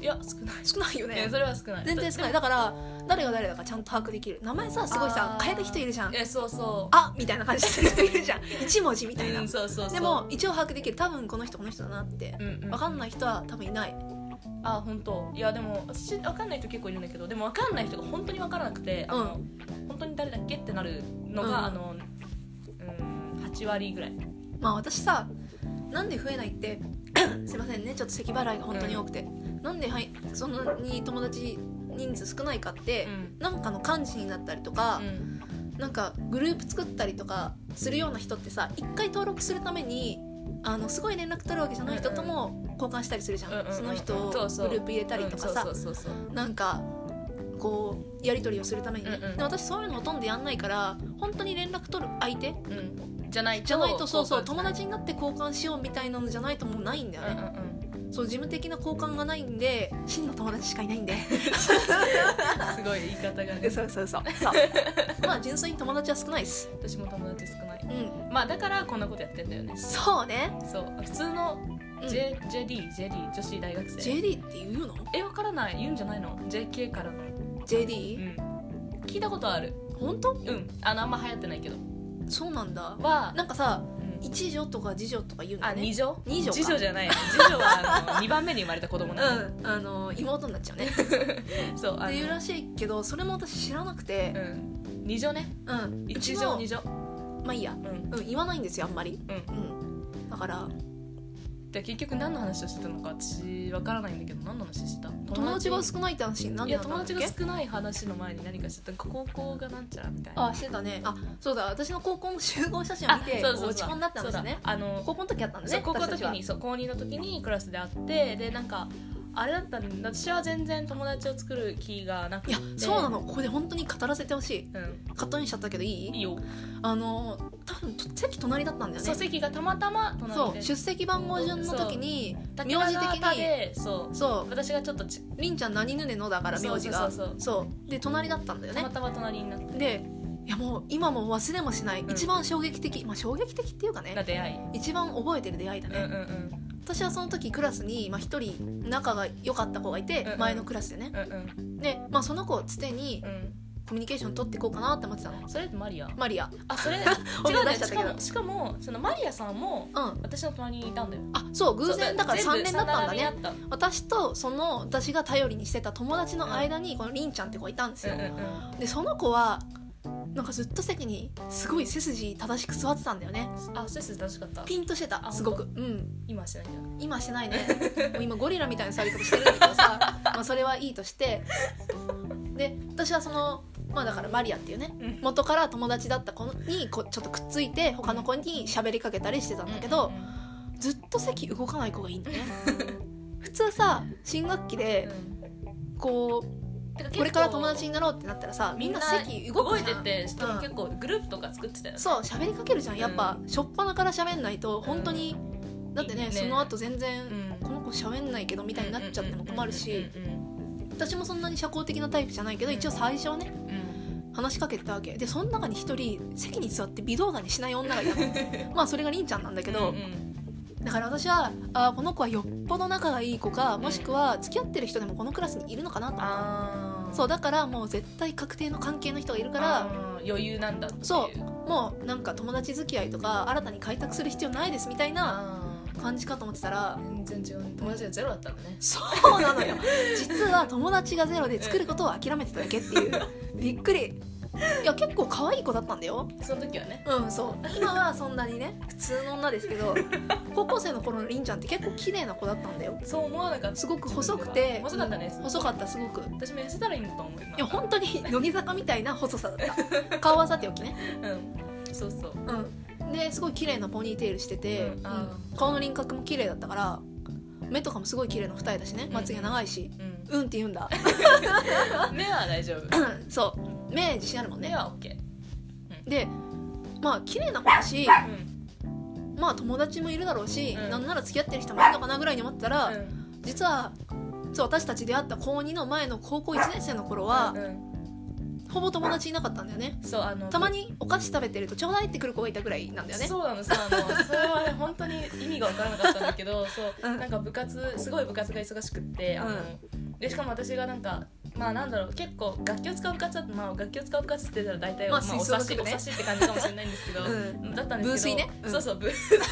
[SPEAKER 1] いや少ない
[SPEAKER 2] 少ないよ
[SPEAKER 1] いや
[SPEAKER 2] ね
[SPEAKER 1] それは少ない
[SPEAKER 2] 全然少ないだから誰が誰だかちゃんと把握できる名前さすごいさ
[SPEAKER 1] あー
[SPEAKER 2] 変える人いるじゃん
[SPEAKER 1] えそうそう
[SPEAKER 2] あみたいな感じする人いるじゃん1文字みたいな
[SPEAKER 1] うんそうそうそう
[SPEAKER 2] でも一応把握できる多分この人この人だなって
[SPEAKER 1] うんうん
[SPEAKER 2] 分かんない人は多分いない
[SPEAKER 1] あ本当いやでも私分かんない人結構いるんだけどでも分かんない人が本当に分からなくて、あの本当に誰だっけってなるのが、
[SPEAKER 2] うん
[SPEAKER 1] あのうん8割ぐらい
[SPEAKER 2] まあ私さなんで増えないって すいませんねちょっと咳払いが本当に多くて、なんで、はい、そんなに友達人数少ないかって、
[SPEAKER 1] ん、
[SPEAKER 2] なんかの幹事になったりとか
[SPEAKER 1] う、ん
[SPEAKER 2] なんかグループ作ったりとかするような人ってさ一回登録するためにあのすごい連絡取るわけじゃない人とも交換したりするじゃん、
[SPEAKER 1] うんうんうん
[SPEAKER 2] その人を
[SPEAKER 1] そうそう
[SPEAKER 2] グループ入れたりとかさ、
[SPEAKER 1] うんそうそうそうそう
[SPEAKER 2] なんかこうやり取りをするためにね、
[SPEAKER 1] うんうん
[SPEAKER 2] で私そういうのほとんどやんないから本当に連絡取る相手
[SPEAKER 1] うんじゃないと
[SPEAKER 2] じゃないとそうそう
[SPEAKER 1] 交
[SPEAKER 2] 友
[SPEAKER 1] 換し
[SPEAKER 2] 達になって交換しようみたいなのじゃないともうないんだよ
[SPEAKER 1] ない
[SPEAKER 2] ね、
[SPEAKER 1] うんうんうん
[SPEAKER 2] そう事務的な交換がないんで真の友達しかいないんで
[SPEAKER 1] すごい言い方がね
[SPEAKER 2] そうそうそうそうまあ純粋に友達は少ないです
[SPEAKER 1] 私も友達少ない
[SPEAKER 2] うん
[SPEAKER 1] まあだからこんなことやってんだよね
[SPEAKER 2] そうね、
[SPEAKER 1] そう普通の
[SPEAKER 2] うん
[SPEAKER 1] J- JD、JD 女子大学生
[SPEAKER 2] JD って言うの
[SPEAKER 1] えわからない言うんじゃないの JK からの、う
[SPEAKER 2] JD、
[SPEAKER 1] ん、聞いたことある
[SPEAKER 2] 本当
[SPEAKER 1] うんあのあんま流行ってないけど
[SPEAKER 2] そうなんだ
[SPEAKER 1] は、
[SPEAKER 2] なんかさ
[SPEAKER 1] うん
[SPEAKER 2] 一女とか次女とか言うん
[SPEAKER 1] あ
[SPEAKER 2] だね
[SPEAKER 1] 二女
[SPEAKER 2] 二女か
[SPEAKER 1] 次女じゃない次女はあの二番目に生まれた子供なの、
[SPEAKER 2] うんあの妹になっちゃうねっ
[SPEAKER 1] そうあ
[SPEAKER 2] ていう
[SPEAKER 1] の、
[SPEAKER 2] らしいけどそれも私知らなくて
[SPEAKER 1] うん、二女ね
[SPEAKER 2] うんう
[SPEAKER 1] 一
[SPEAKER 2] ち
[SPEAKER 1] 女
[SPEAKER 2] の
[SPEAKER 1] 二女
[SPEAKER 2] まあいいや
[SPEAKER 1] うん
[SPEAKER 2] うん言わないんですよあんまり
[SPEAKER 1] うん
[SPEAKER 2] うんだから
[SPEAKER 1] で結局何の話をしてたのか私わからないんだけど何の話してた
[SPEAKER 2] 友達が少ないって話なん
[SPEAKER 1] い
[SPEAKER 2] で
[SPEAKER 1] や
[SPEAKER 2] なんだ
[SPEAKER 1] 友
[SPEAKER 2] っ
[SPEAKER 1] 達
[SPEAKER 2] け
[SPEAKER 1] が少ない話の前に何かしてた高校がなんちゃらみたいな
[SPEAKER 2] あしてたねあそうだ私の高校の集合写真を見て
[SPEAKER 1] そうそうそう
[SPEAKER 2] 落ち込んだって
[SPEAKER 1] そう
[SPEAKER 2] 話
[SPEAKER 1] だ
[SPEAKER 2] ね
[SPEAKER 1] あの
[SPEAKER 2] 高校の時あったんだ
[SPEAKER 1] そう
[SPEAKER 2] ね
[SPEAKER 1] 高校の時
[SPEAKER 2] 私たち
[SPEAKER 1] にそう高2の時にクラスで会ってでなんかあれだったんだ私は全然友達を作る気がなくて
[SPEAKER 2] はいやそうなのこれで本当に語らせてほしい
[SPEAKER 1] うん
[SPEAKER 2] カットインしちゃったけどいい
[SPEAKER 1] いいよ
[SPEAKER 2] あの多分と席隣だったんだよ
[SPEAKER 1] そう
[SPEAKER 2] ね
[SPEAKER 1] 席がたまたま
[SPEAKER 2] そ
[SPEAKER 1] 隣
[SPEAKER 2] う
[SPEAKER 1] で
[SPEAKER 2] 出席番号順の時に
[SPEAKER 1] 竹
[SPEAKER 2] 名
[SPEAKER 1] 田
[SPEAKER 2] 字
[SPEAKER 1] が
[SPEAKER 2] 的
[SPEAKER 1] 赤
[SPEAKER 2] に
[SPEAKER 1] でそう
[SPEAKER 2] そう
[SPEAKER 1] 私がちょっとち
[SPEAKER 2] りんちゃん何ぬねのだから名字が
[SPEAKER 1] そうそうそうそう
[SPEAKER 2] そうで隣だったんだよ
[SPEAKER 1] た
[SPEAKER 2] ね
[SPEAKER 1] またま隣になって
[SPEAKER 2] でいやもう今も忘れもしない、
[SPEAKER 1] ん
[SPEAKER 2] 一番衝撃的まあ衝撃的っていうか
[SPEAKER 1] な
[SPEAKER 2] ね
[SPEAKER 1] 出会い
[SPEAKER 2] 一番覚えてる出会いだ
[SPEAKER 1] うん
[SPEAKER 2] ね、
[SPEAKER 1] うんうん
[SPEAKER 2] 私はその時クラスにまあ、一人仲が良かった子がいて、
[SPEAKER 1] うんうん
[SPEAKER 2] 前のクラスでね
[SPEAKER 1] うんうん
[SPEAKER 2] で、まあ、その子をつてに
[SPEAKER 1] うん
[SPEAKER 2] コミュニケーション取っていこうかなって思ってたの
[SPEAKER 1] それってマリア
[SPEAKER 2] マリア
[SPEAKER 1] あそれ違
[SPEAKER 2] 本
[SPEAKER 1] う
[SPEAKER 2] 名
[SPEAKER 1] ね
[SPEAKER 2] 出しちゃっ
[SPEAKER 1] したか
[SPEAKER 2] けど
[SPEAKER 1] もしかもそのマリアさんも
[SPEAKER 2] うん
[SPEAKER 1] 私の隣にいたんだよ
[SPEAKER 2] あそう偶然だから
[SPEAKER 1] そう
[SPEAKER 2] 3年だったんだね
[SPEAKER 1] 全部三並
[SPEAKER 2] 私とその私が頼りにしてた友達の間にこのりんちゃんって子がいたんです
[SPEAKER 1] び
[SPEAKER 2] よ、
[SPEAKER 1] だったうんうん
[SPEAKER 2] でその子はなんかずっと席にすごい背筋正しく座ってたんだよね
[SPEAKER 1] うんあセス楽しかった
[SPEAKER 2] ピンとしてた
[SPEAKER 1] あ
[SPEAKER 2] すごく
[SPEAKER 1] ほ
[SPEAKER 2] うん
[SPEAKER 1] 今はしてないんだ
[SPEAKER 2] 今し てないねもう今ゴリラみたいな座り方してるんだけどさ まあそれはいいとしてで私はそのまあだからマリアっていうね
[SPEAKER 1] うん
[SPEAKER 2] 元から友達だった子にこうちょっとくっついて他の子に喋りかけたりしてたんだけど、ずっと席動かない子がいいんだね普通さ新学期
[SPEAKER 1] う
[SPEAKER 2] で
[SPEAKER 1] ん
[SPEAKER 2] こうこれから友達になろうってなったらさ
[SPEAKER 1] み
[SPEAKER 2] み
[SPEAKER 1] ん
[SPEAKER 2] んな
[SPEAKER 1] な
[SPEAKER 2] 席動くじゃん
[SPEAKER 1] いててしか
[SPEAKER 2] うん
[SPEAKER 1] も結構グループとか作ってたよね
[SPEAKER 2] そう喋りかけるじゃんやっぱ初っ端から喋んないと本当に、だってね
[SPEAKER 1] ね
[SPEAKER 2] その後全
[SPEAKER 1] う
[SPEAKER 2] 然、
[SPEAKER 1] ん
[SPEAKER 2] この子喋んないけどみたいになっちゃっても困るし
[SPEAKER 1] うんうん
[SPEAKER 2] 私もそんなに社交的なタイプじゃないけど一応最初はね
[SPEAKER 1] うんうん
[SPEAKER 2] 話しかけてたわけでその中に一人席に座って微動だにしない女がいたのまあそれがりんちゃんなんだけど、
[SPEAKER 1] うんうん
[SPEAKER 2] だから私はあーこの子はよっぽど仲がいい子かもしくは付き合ってる人でもこのクラスにいるのかなと思った
[SPEAKER 1] あ
[SPEAKER 2] そう
[SPEAKER 1] だ
[SPEAKER 2] だからもう絶対確定の関係の人がいるから
[SPEAKER 1] 余裕なんだっていう
[SPEAKER 2] そうもうなんか友達付き合いとか新たに開拓する必要ないですみたいな
[SPEAKER 1] あ
[SPEAKER 2] 感じかと思ってたら
[SPEAKER 1] ー全然違うね友達がゼロだったんだね
[SPEAKER 2] そうなのよ実は友達がゼロで作ることを諦めてただけっていうびっくりいや結構可愛い子だったんだよ
[SPEAKER 1] その時はね
[SPEAKER 2] うんそう今はそんなにね普通の女ですけど高校生の頃のりんちゃんって結構綺麗な子だったんだよ
[SPEAKER 1] そう思わなかった
[SPEAKER 2] すごく細くて
[SPEAKER 1] 細かったね
[SPEAKER 2] 細かったすごくい
[SPEAKER 1] 私も痩せたらいいのと思うい
[SPEAKER 2] や本当に乃木坂みたいな細さだった顔はさておきね
[SPEAKER 1] うんそうそう
[SPEAKER 2] うんですごい綺麗なポニーテールしてて、
[SPEAKER 1] うんあー
[SPEAKER 2] 顔の輪郭も綺麗だったから目とかもすごい綺麗な二重だしねまつげ長いし、
[SPEAKER 1] うん
[SPEAKER 2] うん、って言うんだ
[SPEAKER 1] 目は大丈夫
[SPEAKER 2] そう目自信あるもん
[SPEAKER 1] 目
[SPEAKER 2] ね
[SPEAKER 1] は OK
[SPEAKER 2] でまあ綺麗な子だし
[SPEAKER 1] うん
[SPEAKER 2] まあ友達もいるだろうし、
[SPEAKER 1] うん
[SPEAKER 2] なんなら付き合ってる人もいるのかなぐらいに思ってたら、
[SPEAKER 1] うん
[SPEAKER 2] 実はそう私たち出会った高2の前の高校1年生の頃は、
[SPEAKER 1] うん
[SPEAKER 2] ほぼ友達いなかったんだよね
[SPEAKER 1] そうあの
[SPEAKER 2] たまにお菓子食べてるとちょうだいってくる子がいたぐらいなんだよね
[SPEAKER 1] そうなのそうなのそれはね本当に意味が分からなかったんだけ どそう、
[SPEAKER 2] うん
[SPEAKER 1] なんか部活すごい部活が忙しくってあの、でしかも私がなんかまあなんだろう結構楽器を使う部活だと、まあ、楽器を使う部活って言ったら大体、
[SPEAKER 2] ま
[SPEAKER 1] ま
[SPEAKER 2] あ
[SPEAKER 1] あ
[SPEAKER 2] 吹
[SPEAKER 1] お察
[SPEAKER 2] 奏楽
[SPEAKER 1] し、
[SPEAKER 2] 部
[SPEAKER 1] お
[SPEAKER 2] ね
[SPEAKER 1] 察しって感じかもしれないんですけど、
[SPEAKER 2] う
[SPEAKER 1] だったんですけど
[SPEAKER 2] 分水ねうん
[SPEAKER 1] そうそう分水 分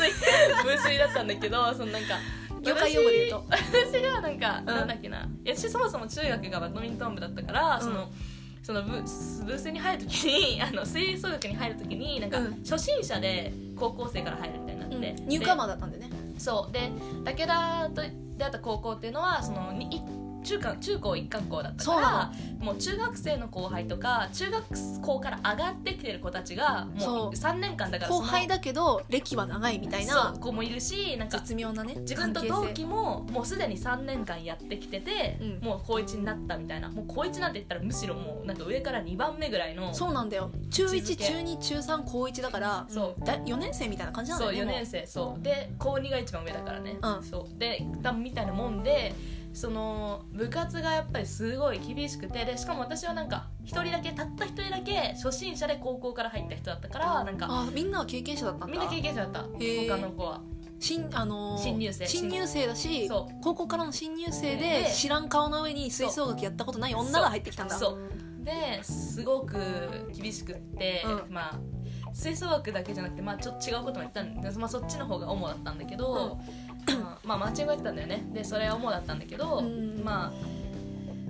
[SPEAKER 1] 水だったんだけどそのなんか
[SPEAKER 2] 業界用語で言うと
[SPEAKER 1] 私がなんか、なんだっけないや私そもそも中学がバドミントン部だったから、
[SPEAKER 2] うん
[SPEAKER 1] そのそのブースブースに入る時に あの吹奏楽に入る時になんか、
[SPEAKER 2] うん
[SPEAKER 1] 初心者で高校生から入るみたいになって、
[SPEAKER 2] うん
[SPEAKER 1] で
[SPEAKER 2] ニューカマーだったんでね
[SPEAKER 1] そうで武田とであった高校っていうのはそのに中間中高一貫校だった
[SPEAKER 2] そう
[SPEAKER 1] か
[SPEAKER 2] な
[SPEAKER 1] らもう中学生の後輩とか中学校から上がってきてる子たちがも
[SPEAKER 2] そうう
[SPEAKER 1] 3年間だから
[SPEAKER 2] 後輩
[SPEAKER 1] だ
[SPEAKER 2] だけど歴は長いみた
[SPEAKER 1] み
[SPEAKER 2] いな
[SPEAKER 1] 子もいるしなんか
[SPEAKER 2] 絶妙なね
[SPEAKER 1] 自分と同期ももうすでに3年間やってきてて、
[SPEAKER 2] うん
[SPEAKER 1] もう高1になったみたいなもう高1なんて言ったらむしろもうなんか上から2番目ぐらいの
[SPEAKER 2] そうなんだよ中
[SPEAKER 1] 位置
[SPEAKER 2] 1
[SPEAKER 1] づけ
[SPEAKER 2] 中2中3高1だから
[SPEAKER 1] そう
[SPEAKER 2] だ4年生みたいな感じなんだ
[SPEAKER 1] そ
[SPEAKER 2] よ
[SPEAKER 1] う
[SPEAKER 2] ね
[SPEAKER 1] 4
[SPEAKER 2] もう
[SPEAKER 1] 年生そうで高2が一番上だからね、
[SPEAKER 2] うん
[SPEAKER 1] そうで多分みたいなもんでその部活がやっぱりすごい厳しくてでしかも私はなんか一人だけたった一人だけ初心者で高校から入った人だったからなんか
[SPEAKER 2] あみんなは経験者だったんだ
[SPEAKER 1] みんな経験者だった
[SPEAKER 2] へー
[SPEAKER 1] 他の子は
[SPEAKER 2] 新あのー
[SPEAKER 1] 新入生
[SPEAKER 2] 新入生だし
[SPEAKER 1] そ
[SPEAKER 2] 高校からの新入生
[SPEAKER 1] で
[SPEAKER 2] で知らん顔の上に吹奏楽やったことない女が入ってきたんだ
[SPEAKER 1] そうですごく厳しくって、
[SPEAKER 2] う
[SPEAKER 1] まあ吹奏楽だけじゃなくて、まあ、ちょっと違うこともやってたんで、まあ、そっちの方が主だったんだけど、まあまあマッチングやってたんだよねでそれは主だったんだけど、
[SPEAKER 2] うん
[SPEAKER 1] ま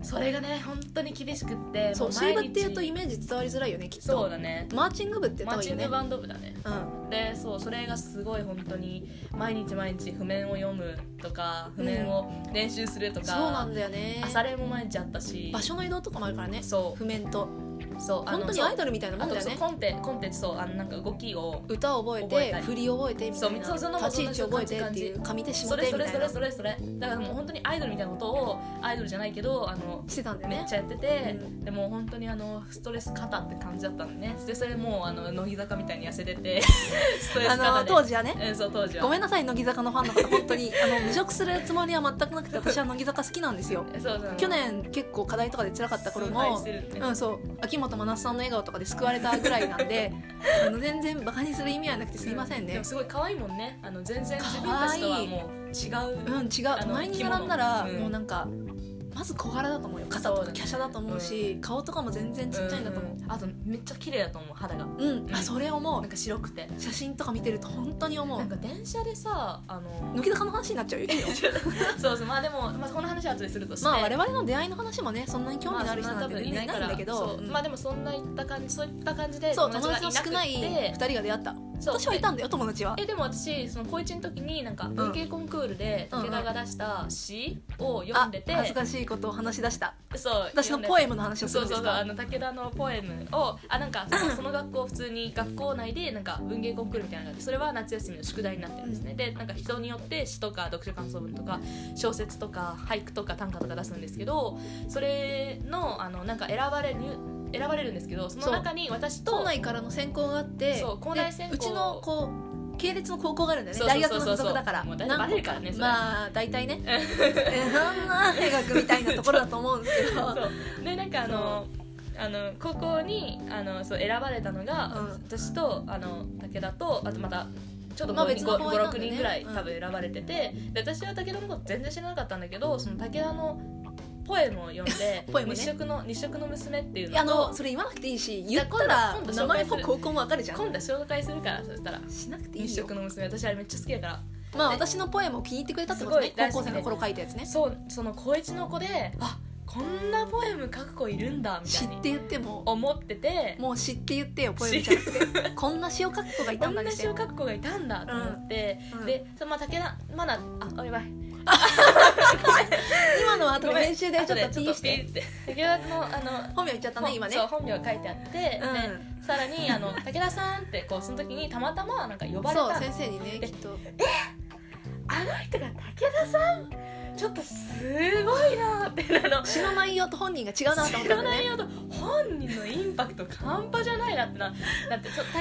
[SPEAKER 1] あそれがね本当に厳しくって
[SPEAKER 2] そう
[SPEAKER 1] も毎
[SPEAKER 2] 水場っ
[SPEAKER 1] 日
[SPEAKER 2] ていうとイメージ伝わりづらいよねきっと
[SPEAKER 1] そうだね
[SPEAKER 2] マーチング部って言っ
[SPEAKER 1] マ
[SPEAKER 2] た
[SPEAKER 1] ッチ
[SPEAKER 2] 方がいいよ
[SPEAKER 1] ング
[SPEAKER 2] ね
[SPEAKER 1] バンド部だね
[SPEAKER 2] うん
[SPEAKER 1] でそうそれがすごい本当に毎日毎日譜面を読むとか譜面を練習すると
[SPEAKER 2] そうな
[SPEAKER 1] か、
[SPEAKER 2] んだよね
[SPEAKER 1] 朝練も毎日あったし
[SPEAKER 2] 場所の移動とかもあるからね
[SPEAKER 1] そう
[SPEAKER 2] 譜面と
[SPEAKER 1] そうあの
[SPEAKER 2] 本当に
[SPEAKER 1] そう
[SPEAKER 2] アイドルみたいなも
[SPEAKER 1] あ
[SPEAKER 2] んだ
[SPEAKER 1] とそ
[SPEAKER 2] よ
[SPEAKER 1] う
[SPEAKER 2] ね
[SPEAKER 1] コンテコンテンツそうあのなんか動きを
[SPEAKER 2] 歌を覚え
[SPEAKER 1] 覚え
[SPEAKER 2] て
[SPEAKER 1] たり
[SPEAKER 2] 振り覚えてみたい
[SPEAKER 1] そう
[SPEAKER 2] な
[SPEAKER 1] その
[SPEAKER 2] 立ち位置覚えてっていう上手
[SPEAKER 1] そ
[SPEAKER 2] 下
[SPEAKER 1] れ
[SPEAKER 2] 手
[SPEAKER 1] そ
[SPEAKER 2] み
[SPEAKER 1] れ
[SPEAKER 2] た
[SPEAKER 1] そ
[SPEAKER 2] い
[SPEAKER 1] れ
[SPEAKER 2] な
[SPEAKER 1] それそれだからもう本当にアイドルみたいなことをアイドルじゃないけどあの
[SPEAKER 2] してたんだよ
[SPEAKER 1] めっ
[SPEAKER 2] ね
[SPEAKER 1] ちゃやってて、
[SPEAKER 2] うん
[SPEAKER 1] でも本当にあのストレス肩って感じだったのねでそれもうあの乃木坂みたいに痩せて てストレス
[SPEAKER 2] あ
[SPEAKER 1] 肩で
[SPEAKER 2] の当時はね
[SPEAKER 1] うんそう当時は
[SPEAKER 2] ごめんなさい乃木坂のファンの方本当にあの侮辱するつもりは全くなくて私は乃木坂好きなんですよ
[SPEAKER 1] そうそう
[SPEAKER 2] 去年結構課題とかで辛かった頃
[SPEAKER 1] 崇拝し
[SPEAKER 2] も
[SPEAKER 1] てるって
[SPEAKER 2] うん、そう秋元真夏さんの笑顔とかで救われたぐらいな んであの全然バカにする意味はなくてすいません
[SPEAKER 1] で
[SPEAKER 2] ね
[SPEAKER 1] もすごい可愛いもんねあの全然自分たちとはもう違う、
[SPEAKER 2] うん違
[SPEAKER 1] あ
[SPEAKER 2] う
[SPEAKER 1] の
[SPEAKER 2] 前に並んだら
[SPEAKER 1] 着物うん
[SPEAKER 2] もうなんかまず小柄だと思うよ肩とか華奢だと思うし顔とかも全然ちっちゃいんだと思う
[SPEAKER 1] あとめっちゃ綺麗だと思う肌が
[SPEAKER 2] うんあそれ思
[SPEAKER 1] な
[SPEAKER 2] うん
[SPEAKER 1] か白くて
[SPEAKER 2] 写真とか見てると本当に思
[SPEAKER 1] な
[SPEAKER 2] うん
[SPEAKER 1] か電車でさあの
[SPEAKER 2] 乃木坂の話になっちゃうよいいよ
[SPEAKER 1] そうそうまあでも、まあ、この話は後でするとして
[SPEAKER 2] まあ我々の出会いの話もねそんなに興味のある人なんて
[SPEAKER 1] まあそ
[SPEAKER 2] 全然いないんだけ
[SPEAKER 1] そ
[SPEAKER 2] ど
[SPEAKER 1] う
[SPEAKER 2] うん
[SPEAKER 1] まあでもそんないった感じそういった感じで
[SPEAKER 2] そう友達の少ない
[SPEAKER 1] 友達が
[SPEAKER 2] 2
[SPEAKER 1] く
[SPEAKER 2] 人が出会った
[SPEAKER 1] てそう
[SPEAKER 2] 私はいたんだよ友達は
[SPEAKER 1] えでも私その高一の時になんか文系コンクールで
[SPEAKER 2] うん
[SPEAKER 1] 武田が出した詩を読
[SPEAKER 2] あ
[SPEAKER 1] んでて、
[SPEAKER 2] 恥ずかしいことを話し出した
[SPEAKER 1] そう
[SPEAKER 2] 私のポエムの話をす
[SPEAKER 1] そ
[SPEAKER 2] る
[SPEAKER 1] うん
[SPEAKER 2] で
[SPEAKER 1] そう
[SPEAKER 2] す
[SPEAKER 1] そうあ
[SPEAKER 2] か
[SPEAKER 1] の武田のポエムをあなんかそのその学校普通に学校内でなんか文芸コンクールみたいなのがあってそれは夏休みの宿題になってるんですね、でなんか人によって詩とか読書感想文とか小説とか俳句とか短歌とか出すんですけどそれのあのなんか選ばれる選ばれるんですけどその中に私と
[SPEAKER 2] 校内からの選考があって
[SPEAKER 1] そう校内選考
[SPEAKER 2] でうちのこう系列の高校があるんだよね
[SPEAKER 1] そうそう
[SPEAKER 2] 大
[SPEAKER 1] そう
[SPEAKER 2] 学
[SPEAKER 1] そう
[SPEAKER 2] の付属だから
[SPEAKER 1] もう大体バレるからね
[SPEAKER 2] 何個
[SPEAKER 1] それ
[SPEAKER 2] まあ大体ねえそんな大学みたいなところだと思うんですけ ど
[SPEAKER 1] そうでなんかあのあの高校にあのそう選ばれたのが、
[SPEAKER 2] うん
[SPEAKER 1] 私とあの武田とあとまたちょっと
[SPEAKER 2] まあ
[SPEAKER 1] 56、
[SPEAKER 2] 別の後輩なんだね
[SPEAKER 1] 人ぐらい
[SPEAKER 2] うん
[SPEAKER 1] 多分選ばれてて、で私は武田のこと全然知らなかったんだけどその武田のポエムを読んで
[SPEAKER 2] ポエムね
[SPEAKER 1] 日食の日食の娘っていう
[SPEAKER 2] いやあ
[SPEAKER 1] のと
[SPEAKER 2] のそれ言わなくていいし言ったら
[SPEAKER 1] 今度今度
[SPEAKER 2] 名前も高校もわかるじゃ
[SPEAKER 1] 今
[SPEAKER 2] ん
[SPEAKER 1] 度紹介するからそしたら
[SPEAKER 2] しなくてい
[SPEAKER 1] 日
[SPEAKER 2] いよ
[SPEAKER 1] 食の娘私あれめっちゃ好きだから
[SPEAKER 2] まあ私のポエムを気に入ってくれたってこと
[SPEAKER 1] す
[SPEAKER 2] ね
[SPEAKER 1] ごい大好き
[SPEAKER 2] 高校
[SPEAKER 1] で
[SPEAKER 2] 生の頃書いたやつね
[SPEAKER 1] そうその高一の子であこんなポエム書く子いるんだみた
[SPEAKER 2] 知
[SPEAKER 1] い
[SPEAKER 2] っ
[SPEAKER 1] に
[SPEAKER 2] て言っても
[SPEAKER 1] 思ってて
[SPEAKER 2] もう知って言ってよポエムじゃなくてこんな詩を書く子がいた
[SPEAKER 1] こ
[SPEAKER 2] ん
[SPEAKER 1] ん
[SPEAKER 2] だ
[SPEAKER 1] な
[SPEAKER 2] ね
[SPEAKER 1] 詩を書く子がいたんだと思って、
[SPEAKER 2] うんうん
[SPEAKER 1] でそのまあ武田まだあやばい
[SPEAKER 2] 今のは後で編集でちょっと
[SPEAKER 1] 後
[SPEAKER 2] ピ
[SPEAKER 1] で
[SPEAKER 2] ーして
[SPEAKER 1] ちょっとピーって武田のあの
[SPEAKER 2] 本名言っちゃったね今ね
[SPEAKER 1] そう本名が書いてあって、
[SPEAKER 2] うん
[SPEAKER 1] でさらにあの「武田さん」ってこうその時にたまたまなんか呼ばれ
[SPEAKER 2] そう
[SPEAKER 1] た
[SPEAKER 2] 先生にねきっと
[SPEAKER 1] あの人が武田さんちょっとすごいなってあの
[SPEAKER 2] 詩の内容と本人が違うなと思っ
[SPEAKER 1] 知
[SPEAKER 2] た
[SPEAKER 1] ら
[SPEAKER 2] んだ
[SPEAKER 1] ない
[SPEAKER 2] ね
[SPEAKER 1] よと本人のインパクト半端じゃないなってなだってそう武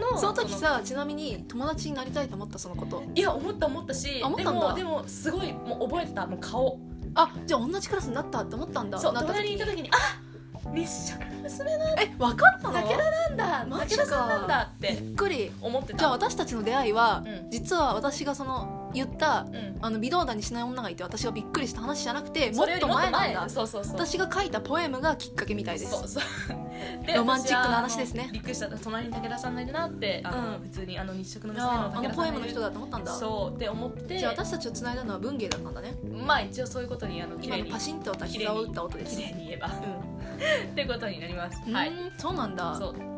[SPEAKER 1] 田の
[SPEAKER 2] その時さちなみに友達になりたいと思ったそのこと
[SPEAKER 1] いや思った思ったし
[SPEAKER 2] あ思ったんだ
[SPEAKER 1] でもでもすごいもう覚えてたもう顔
[SPEAKER 2] あじゃあ同じクラスになったって思ったんだ
[SPEAKER 1] そう
[SPEAKER 2] なった
[SPEAKER 1] 隣にいた時に「あ日食の娘の
[SPEAKER 2] え分かったの
[SPEAKER 1] 武田なんだ
[SPEAKER 2] マ
[SPEAKER 1] 武
[SPEAKER 2] ジ
[SPEAKER 1] 田
[SPEAKER 2] か
[SPEAKER 1] さんなんだ」っ
[SPEAKER 2] び
[SPEAKER 1] て
[SPEAKER 2] っくり
[SPEAKER 1] 思ってた
[SPEAKER 2] じゃあ私たちの出会いは、
[SPEAKER 1] うん
[SPEAKER 2] 実は私がその言った
[SPEAKER 1] うん
[SPEAKER 2] あの微動だにしない女がいて私がびっくりした話じゃなくても
[SPEAKER 1] そ
[SPEAKER 2] っ
[SPEAKER 1] れより
[SPEAKER 2] と前なんだ
[SPEAKER 1] そうそうそう
[SPEAKER 2] 私が書いたポエムがきっかけみたいです
[SPEAKER 1] そう そうで
[SPEAKER 2] ロマンチックな話ですね
[SPEAKER 1] 私はあのびっくりした隣に武田さんがいるなってあの、
[SPEAKER 2] うん
[SPEAKER 1] 普通にあの日食の娘の武
[SPEAKER 2] ああ
[SPEAKER 1] 田
[SPEAKER 2] の
[SPEAKER 1] さ
[SPEAKER 2] ポエ
[SPEAKER 1] ん
[SPEAKER 2] ム
[SPEAKER 1] が
[SPEAKER 2] の
[SPEAKER 1] いる
[SPEAKER 2] 人だと思ったんだ
[SPEAKER 1] そうって思って
[SPEAKER 2] じゃあ私たちをつないだのは文芸だったんだね
[SPEAKER 1] まあ一応そういうことにあの綺
[SPEAKER 2] 今
[SPEAKER 1] 麗
[SPEAKER 2] の
[SPEAKER 1] に
[SPEAKER 2] パシンと私膝を打った音です
[SPEAKER 1] 綺麗に言えば っていうことになります
[SPEAKER 2] うん、
[SPEAKER 1] はいう
[SPEAKER 2] ーんそうなんだ
[SPEAKER 1] そう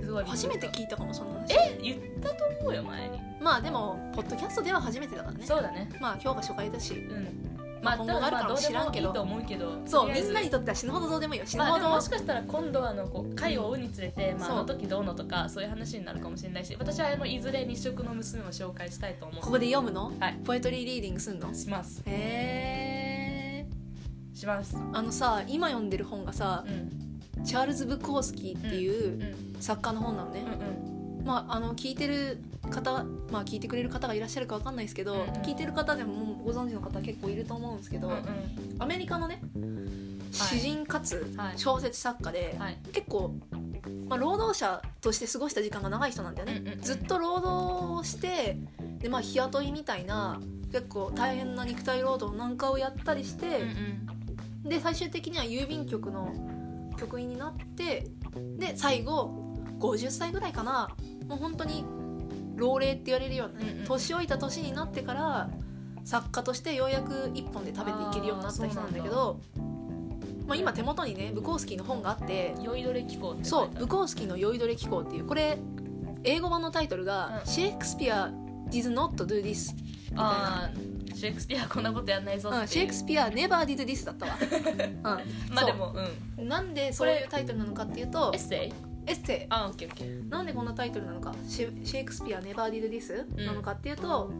[SPEAKER 1] すごい
[SPEAKER 2] 初めて聞いたかもそんな話
[SPEAKER 1] え言ったと思うよ前に
[SPEAKER 2] まあでもポッドキャストでは初めてだからね
[SPEAKER 1] そうだね
[SPEAKER 2] まあ今日が初回だし
[SPEAKER 1] うんまあ、
[SPEAKER 2] 今後があるか
[SPEAKER 1] ど
[SPEAKER 2] も
[SPEAKER 1] うで
[SPEAKER 2] 知らん
[SPEAKER 1] も
[SPEAKER 2] け
[SPEAKER 1] いい
[SPEAKER 2] ど
[SPEAKER 1] と思うけど
[SPEAKER 2] そ
[SPEAKER 1] と
[SPEAKER 2] うみ
[SPEAKER 1] りあえず
[SPEAKER 2] んなにとっては死ぬほどどうでもいいよ死ぬ
[SPEAKER 1] まあ、
[SPEAKER 2] ほ
[SPEAKER 1] でも
[SPEAKER 2] ど
[SPEAKER 1] もしかしたら今度はあのこう回を追うにつれて、まあ、
[SPEAKER 2] そう
[SPEAKER 1] あの時どうのとかそういう話になるかもしれないし私はあのいずれ日食の娘を紹介したいと思
[SPEAKER 2] こ
[SPEAKER 1] う
[SPEAKER 2] こで読むの
[SPEAKER 1] はい
[SPEAKER 2] ポエトリーリーディングすんの
[SPEAKER 1] します
[SPEAKER 2] へえ
[SPEAKER 1] します
[SPEAKER 2] あのさ今読んでる本がさ
[SPEAKER 1] うん
[SPEAKER 2] チャールズ・ブコースキーっていううん作家の本なのね
[SPEAKER 1] うん、うん
[SPEAKER 2] まあ、あの聞いてる方、まあ、聞いてくれる方がいらっしゃるかわかんないですけど、
[SPEAKER 1] うんうん
[SPEAKER 2] 聞いてる方でももうご存知の方結構いると思うんですけど、
[SPEAKER 1] うんう
[SPEAKER 2] アメリカのね詩人かつ
[SPEAKER 1] はい
[SPEAKER 2] 小説作家で、
[SPEAKER 1] んはい
[SPEAKER 2] 結構、まあ、労働者として過ごした時間が長い人なんだよね、
[SPEAKER 1] うんうんうん
[SPEAKER 2] ずっと労働をしてで、まあ、日雇いみたいな結構大変な肉体労働なんかをやったりして、で最終的には郵便局の局員になってで最後50歳ぐらいかなもう本当に老齢って言われるようなね
[SPEAKER 1] うんうん
[SPEAKER 2] 年老いた年になってから作家としてようやく一本で食べていけるようになった人なんだけどまあ、今手元にねブコースキーの本があって
[SPEAKER 1] 酔いどれ機構って書
[SPEAKER 2] そ
[SPEAKER 1] いうてあ
[SPEAKER 2] ブ
[SPEAKER 1] る
[SPEAKER 2] コースキーの「酔いどれ機構」っていうこれ英語版のタイトルが
[SPEAKER 1] う
[SPEAKER 2] 「
[SPEAKER 1] ん
[SPEAKER 2] シェイクスピア did not do this」みたいな。
[SPEAKER 1] あーシェイクスピアこんなことやんないぞっていう、
[SPEAKER 2] うん、シェイクスピア「Never did this」だったわ、
[SPEAKER 1] まあでもうん
[SPEAKER 2] うん、なんでそういうタイトルなのかっていうと
[SPEAKER 1] エッセイ
[SPEAKER 2] エッセ
[SPEAKER 1] あオッケーオッケー
[SPEAKER 2] イなんでこんなタイトルなのかシェシェイクスピア「ネバーディルディス」
[SPEAKER 1] ん
[SPEAKER 2] なのかっていうと、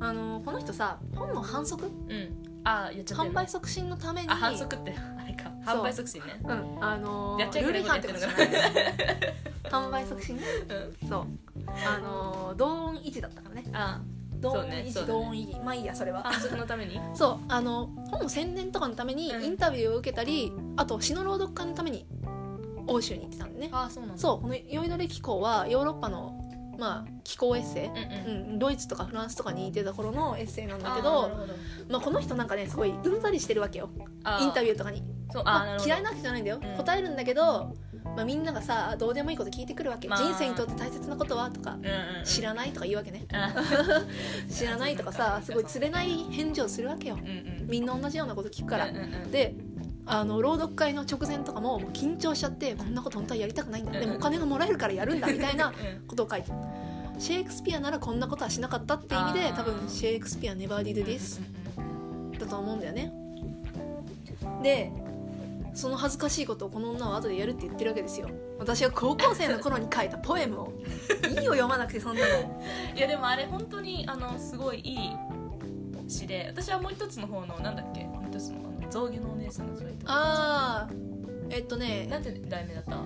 [SPEAKER 2] あのこの人さ本の販促
[SPEAKER 1] うんあーやっちゃって
[SPEAKER 2] 販
[SPEAKER 1] る
[SPEAKER 2] 売促進のために
[SPEAKER 1] あ反則ってあれか
[SPEAKER 2] そう
[SPEAKER 1] 販売促進ね
[SPEAKER 2] うんあのー
[SPEAKER 1] やっちゃい
[SPEAKER 2] ル
[SPEAKER 1] け
[SPEAKER 2] ー
[SPEAKER 1] な
[SPEAKER 2] ル
[SPEAKER 1] い
[SPEAKER 2] 違
[SPEAKER 1] こと
[SPEAKER 2] 反
[SPEAKER 1] や
[SPEAKER 2] っ
[SPEAKER 1] っててる
[SPEAKER 2] こと
[SPEAKER 1] か
[SPEAKER 2] じゃ
[SPEAKER 1] ら
[SPEAKER 2] ない販売促進ね
[SPEAKER 1] うん
[SPEAKER 2] そうあのー同音維持だったからね
[SPEAKER 1] あ
[SPEAKER 2] 同
[SPEAKER 1] そう
[SPEAKER 2] 音
[SPEAKER 1] ね
[SPEAKER 2] 維
[SPEAKER 1] そ
[SPEAKER 2] 持、
[SPEAKER 1] うだね
[SPEAKER 2] 同音維持まあいいやそれ
[SPEAKER 1] ー
[SPEAKER 2] は
[SPEAKER 1] 反則のために
[SPEAKER 2] そうあの本の宣伝とかのために
[SPEAKER 1] うん
[SPEAKER 2] インタビューを受けたり、あと詩の朗読会のために欧州に行ってたんでね
[SPEAKER 1] あーそうなんだ
[SPEAKER 2] そうこの「酔いどれ機構」はヨーロッパのまあ気候エッセイ
[SPEAKER 1] うんうん
[SPEAKER 2] うん、ドイツとかフランスとかに行ってた頃のエッセイなんだけ
[SPEAKER 1] あーな
[SPEAKER 2] ど
[SPEAKER 1] るほど
[SPEAKER 2] まあ、この人なんかねすごいうんざりしてるわけよ
[SPEAKER 1] あ
[SPEAKER 2] インタ
[SPEAKER 1] ュ
[SPEAKER 2] ビューとかに
[SPEAKER 1] ーそう
[SPEAKER 2] ま
[SPEAKER 1] あ
[SPEAKER 2] あ
[SPEAKER 1] ーなるほど
[SPEAKER 2] 嫌いなわけじゃないんだよ、
[SPEAKER 1] うん
[SPEAKER 2] 答えるんだけど、まあ、みんながさどうでもいいこと聞いてくるわけ、
[SPEAKER 1] まあ
[SPEAKER 2] 人生にとって大切なことはとか
[SPEAKER 1] うんうん
[SPEAKER 2] 知らないとか言うわけね
[SPEAKER 1] あ
[SPEAKER 2] 知らないとかさすごい釣れない返事をするわけよ
[SPEAKER 1] うんうん
[SPEAKER 2] みんな同じようなこと聞くから
[SPEAKER 1] うんうんうん
[SPEAKER 2] であの朗読会の直前とかももう緊張しちゃってこんなこと本当はやりたくないんだでもお金がもらえるからやるんだみたいな
[SPEAKER 1] うん
[SPEAKER 2] ことを書いてるシェイクスピアならこんなことはしなかったって意味
[SPEAKER 1] あ
[SPEAKER 2] で
[SPEAKER 1] ー
[SPEAKER 2] 多分シェイクスピアネバーディドディス
[SPEAKER 1] うん
[SPEAKER 2] だと思うんだよねでその恥ずかしいことをこの女は後でやるって言ってるわけですよ私は高校生の頃に書いたポエ ムをいいよ読まなくてそんなの
[SPEAKER 1] いやでもあれ本当にあのすごいいい詩で私はもう一つの方のなんだっけもう一つのあの象牙のお姉さんのそれと
[SPEAKER 2] ああえっとね
[SPEAKER 1] なんて題名だった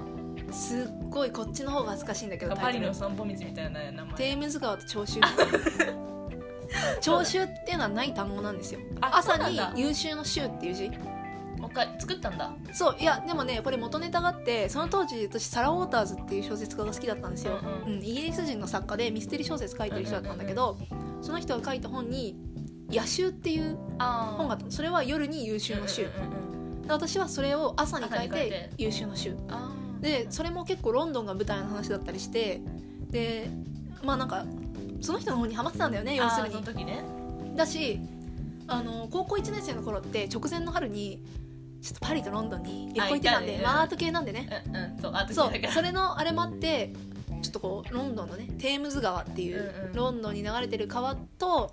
[SPEAKER 2] すっごいこっちの方が恥ずかしいんだけど
[SPEAKER 1] パ
[SPEAKER 2] タイ
[SPEAKER 1] リ
[SPEAKER 2] トル
[SPEAKER 1] の散歩道みたいな名前
[SPEAKER 2] テームズ川と 聴衆聴衆っていうのはない単語なんですよ
[SPEAKER 1] あそ
[SPEAKER 2] 朝
[SPEAKER 1] うなん
[SPEAKER 2] に
[SPEAKER 1] だ
[SPEAKER 2] 優秀の衆っていう字
[SPEAKER 1] もう一回作ったんだ
[SPEAKER 2] そういやでもねこれ元ネタがあってその当時私サラ・ウォーターズっていう小説家が好きだったんですよ、
[SPEAKER 1] うん
[SPEAKER 2] うんイギリス人の作家でミステリー小説書いてる人だったんだけど、その人が書いた本に「夜襲」っていう
[SPEAKER 1] あ
[SPEAKER 2] 本があったのそれは夜に優秀の週、で私はそれを朝に書い
[SPEAKER 1] 朝に書いて
[SPEAKER 2] て優秀の週
[SPEAKER 1] あー
[SPEAKER 2] でそれも結構ロンドンが舞台の話だったりしてでまあなんかその人の方にハマってたんだよね要す
[SPEAKER 1] あー
[SPEAKER 2] る
[SPEAKER 1] その
[SPEAKER 2] に
[SPEAKER 1] 時ね
[SPEAKER 2] だしあの高校1年生の頃って直前の春にちょっとパリとロンドンに旅行行ってたん
[SPEAKER 1] あ
[SPEAKER 2] で
[SPEAKER 1] いたね
[SPEAKER 2] まあアート系なんでね
[SPEAKER 1] うんうんそうあ時
[SPEAKER 2] そう
[SPEAKER 1] だから
[SPEAKER 2] それのあれもあってちょっとこうロンドンのねテームズ川っていう、
[SPEAKER 1] うんうん
[SPEAKER 2] ロンドンに流れてる川と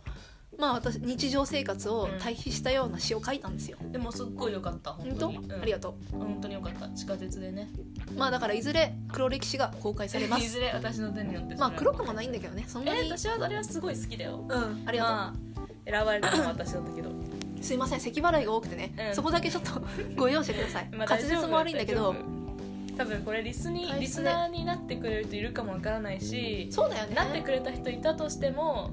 [SPEAKER 2] まあ私日常生活を対比したような詩を書いたんですよ。
[SPEAKER 1] でもすっごい良かった本
[SPEAKER 2] 本
[SPEAKER 1] 当
[SPEAKER 2] 当、
[SPEAKER 1] にうん
[SPEAKER 2] ありがと
[SPEAKER 1] 本当に良かった地下鉄でね
[SPEAKER 2] う。まあだからいずれ黒歴史が公開されま
[SPEAKER 1] いず
[SPEAKER 2] す。
[SPEAKER 1] れ私の手によって
[SPEAKER 2] まあ黒
[SPEAKER 1] く
[SPEAKER 2] くもないんだけどねそん
[SPEAKER 1] え
[SPEAKER 2] なに。
[SPEAKER 1] 私はあれはすごい好きだよ
[SPEAKER 2] うんありがとう。
[SPEAKER 1] まあ選ばれたのは私だったけど
[SPEAKER 2] すいません咳払いが多くてね、
[SPEAKER 1] うん
[SPEAKER 2] そこだけちょっとご容赦ください。
[SPEAKER 1] まあ
[SPEAKER 2] 滑舌も悪いんだけど
[SPEAKER 1] 大丈夫多分これリスに
[SPEAKER 2] 大切ね
[SPEAKER 1] リスナーになってくれる人いるかもわからないし、
[SPEAKER 2] そうだよ
[SPEAKER 1] なって
[SPEAKER 2] ね。
[SPEAKER 1] くれた人いたとしても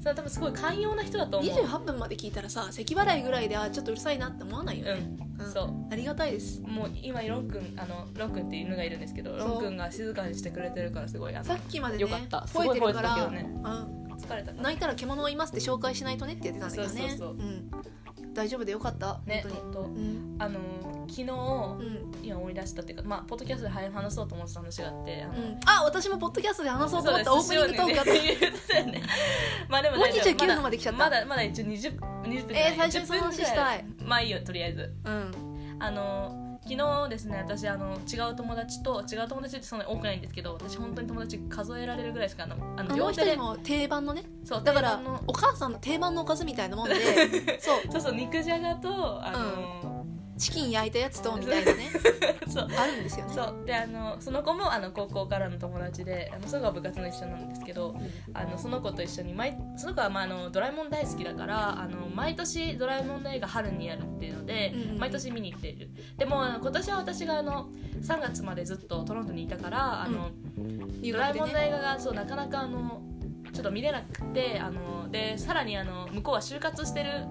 [SPEAKER 1] それは多分すごい寛容な人だと思う
[SPEAKER 2] 28分まで聞いたらさ咳払いぐらいであちょっとうるさいなって思わない
[SPEAKER 1] う
[SPEAKER 2] よね。
[SPEAKER 1] ん、
[SPEAKER 2] うん
[SPEAKER 1] そう
[SPEAKER 2] ありがたいです。
[SPEAKER 1] もう今ロンくんあのロンくんっていう犬がいるんですけど
[SPEAKER 2] う
[SPEAKER 1] ロンくんが静かにしてくれてるからすごいあの
[SPEAKER 2] さっきまでね
[SPEAKER 1] よかった
[SPEAKER 2] 吠えてるから
[SPEAKER 1] すごい吠えてたけ
[SPEAKER 2] うん
[SPEAKER 1] 疲れたから
[SPEAKER 2] 泣いたら獣はいますって紹介しないとねって言ってたんだけどね
[SPEAKER 1] そうそう
[SPEAKER 2] うん、大丈夫でよかった、
[SPEAKER 1] ね
[SPEAKER 2] 本
[SPEAKER 1] 本当
[SPEAKER 2] 当にうん
[SPEAKER 1] あの昨日
[SPEAKER 2] うん
[SPEAKER 1] 今思い出したっていうかまあポッドキャストで早く話そうと思ってた話があってあの
[SPEAKER 2] うん、あ私もポッドキャストで話そうと思ったオープニングトークだった、
[SPEAKER 1] そうです寿司をね言ってたよねまあでも大丈夫
[SPEAKER 2] もう29分まで来ちゃった
[SPEAKER 1] まだまだ一応20 20分じゃない
[SPEAKER 2] えー最初にその話したい
[SPEAKER 1] 10分ぐらまあいいよとりあえず
[SPEAKER 2] うん
[SPEAKER 1] あの昨日ですね私あの違う友達と違う友達ってそんなに多くないんですけど私本当に友達数えられるぐらいしかあのあ
[SPEAKER 2] あ
[SPEAKER 1] の
[SPEAKER 2] の
[SPEAKER 1] 両
[SPEAKER 2] 人
[SPEAKER 1] 手
[SPEAKER 2] で
[SPEAKER 1] で
[SPEAKER 2] も定番のね
[SPEAKER 1] そう
[SPEAKER 2] だか
[SPEAKER 1] 定
[SPEAKER 2] ら
[SPEAKER 1] 番の
[SPEAKER 2] お母さんの定番のおかずみたいなもんでそう
[SPEAKER 1] そうそう肉じゃがとあの、
[SPEAKER 2] チキン焼いたやつとみたいなね
[SPEAKER 1] そう
[SPEAKER 2] あるんですよね
[SPEAKER 1] そうであのその子もあの高校からの友達であのそこは部活の一緒なんですけどあのその子と一緒に毎その子は、まあ、あのドラえもん大好きだからあの毎年ドラえもんの映画春にやるっていうので、
[SPEAKER 2] うんうん
[SPEAKER 1] 毎年見に行っているでもあの今年は私があの3月までずっとトロントにいたからあの、
[SPEAKER 2] 留
[SPEAKER 1] ドラえ
[SPEAKER 2] 学で
[SPEAKER 1] もんの
[SPEAKER 2] ね
[SPEAKER 1] 映画がそうなかなかあのちょっと見れなくてあのでさらにあの向こうは就活してる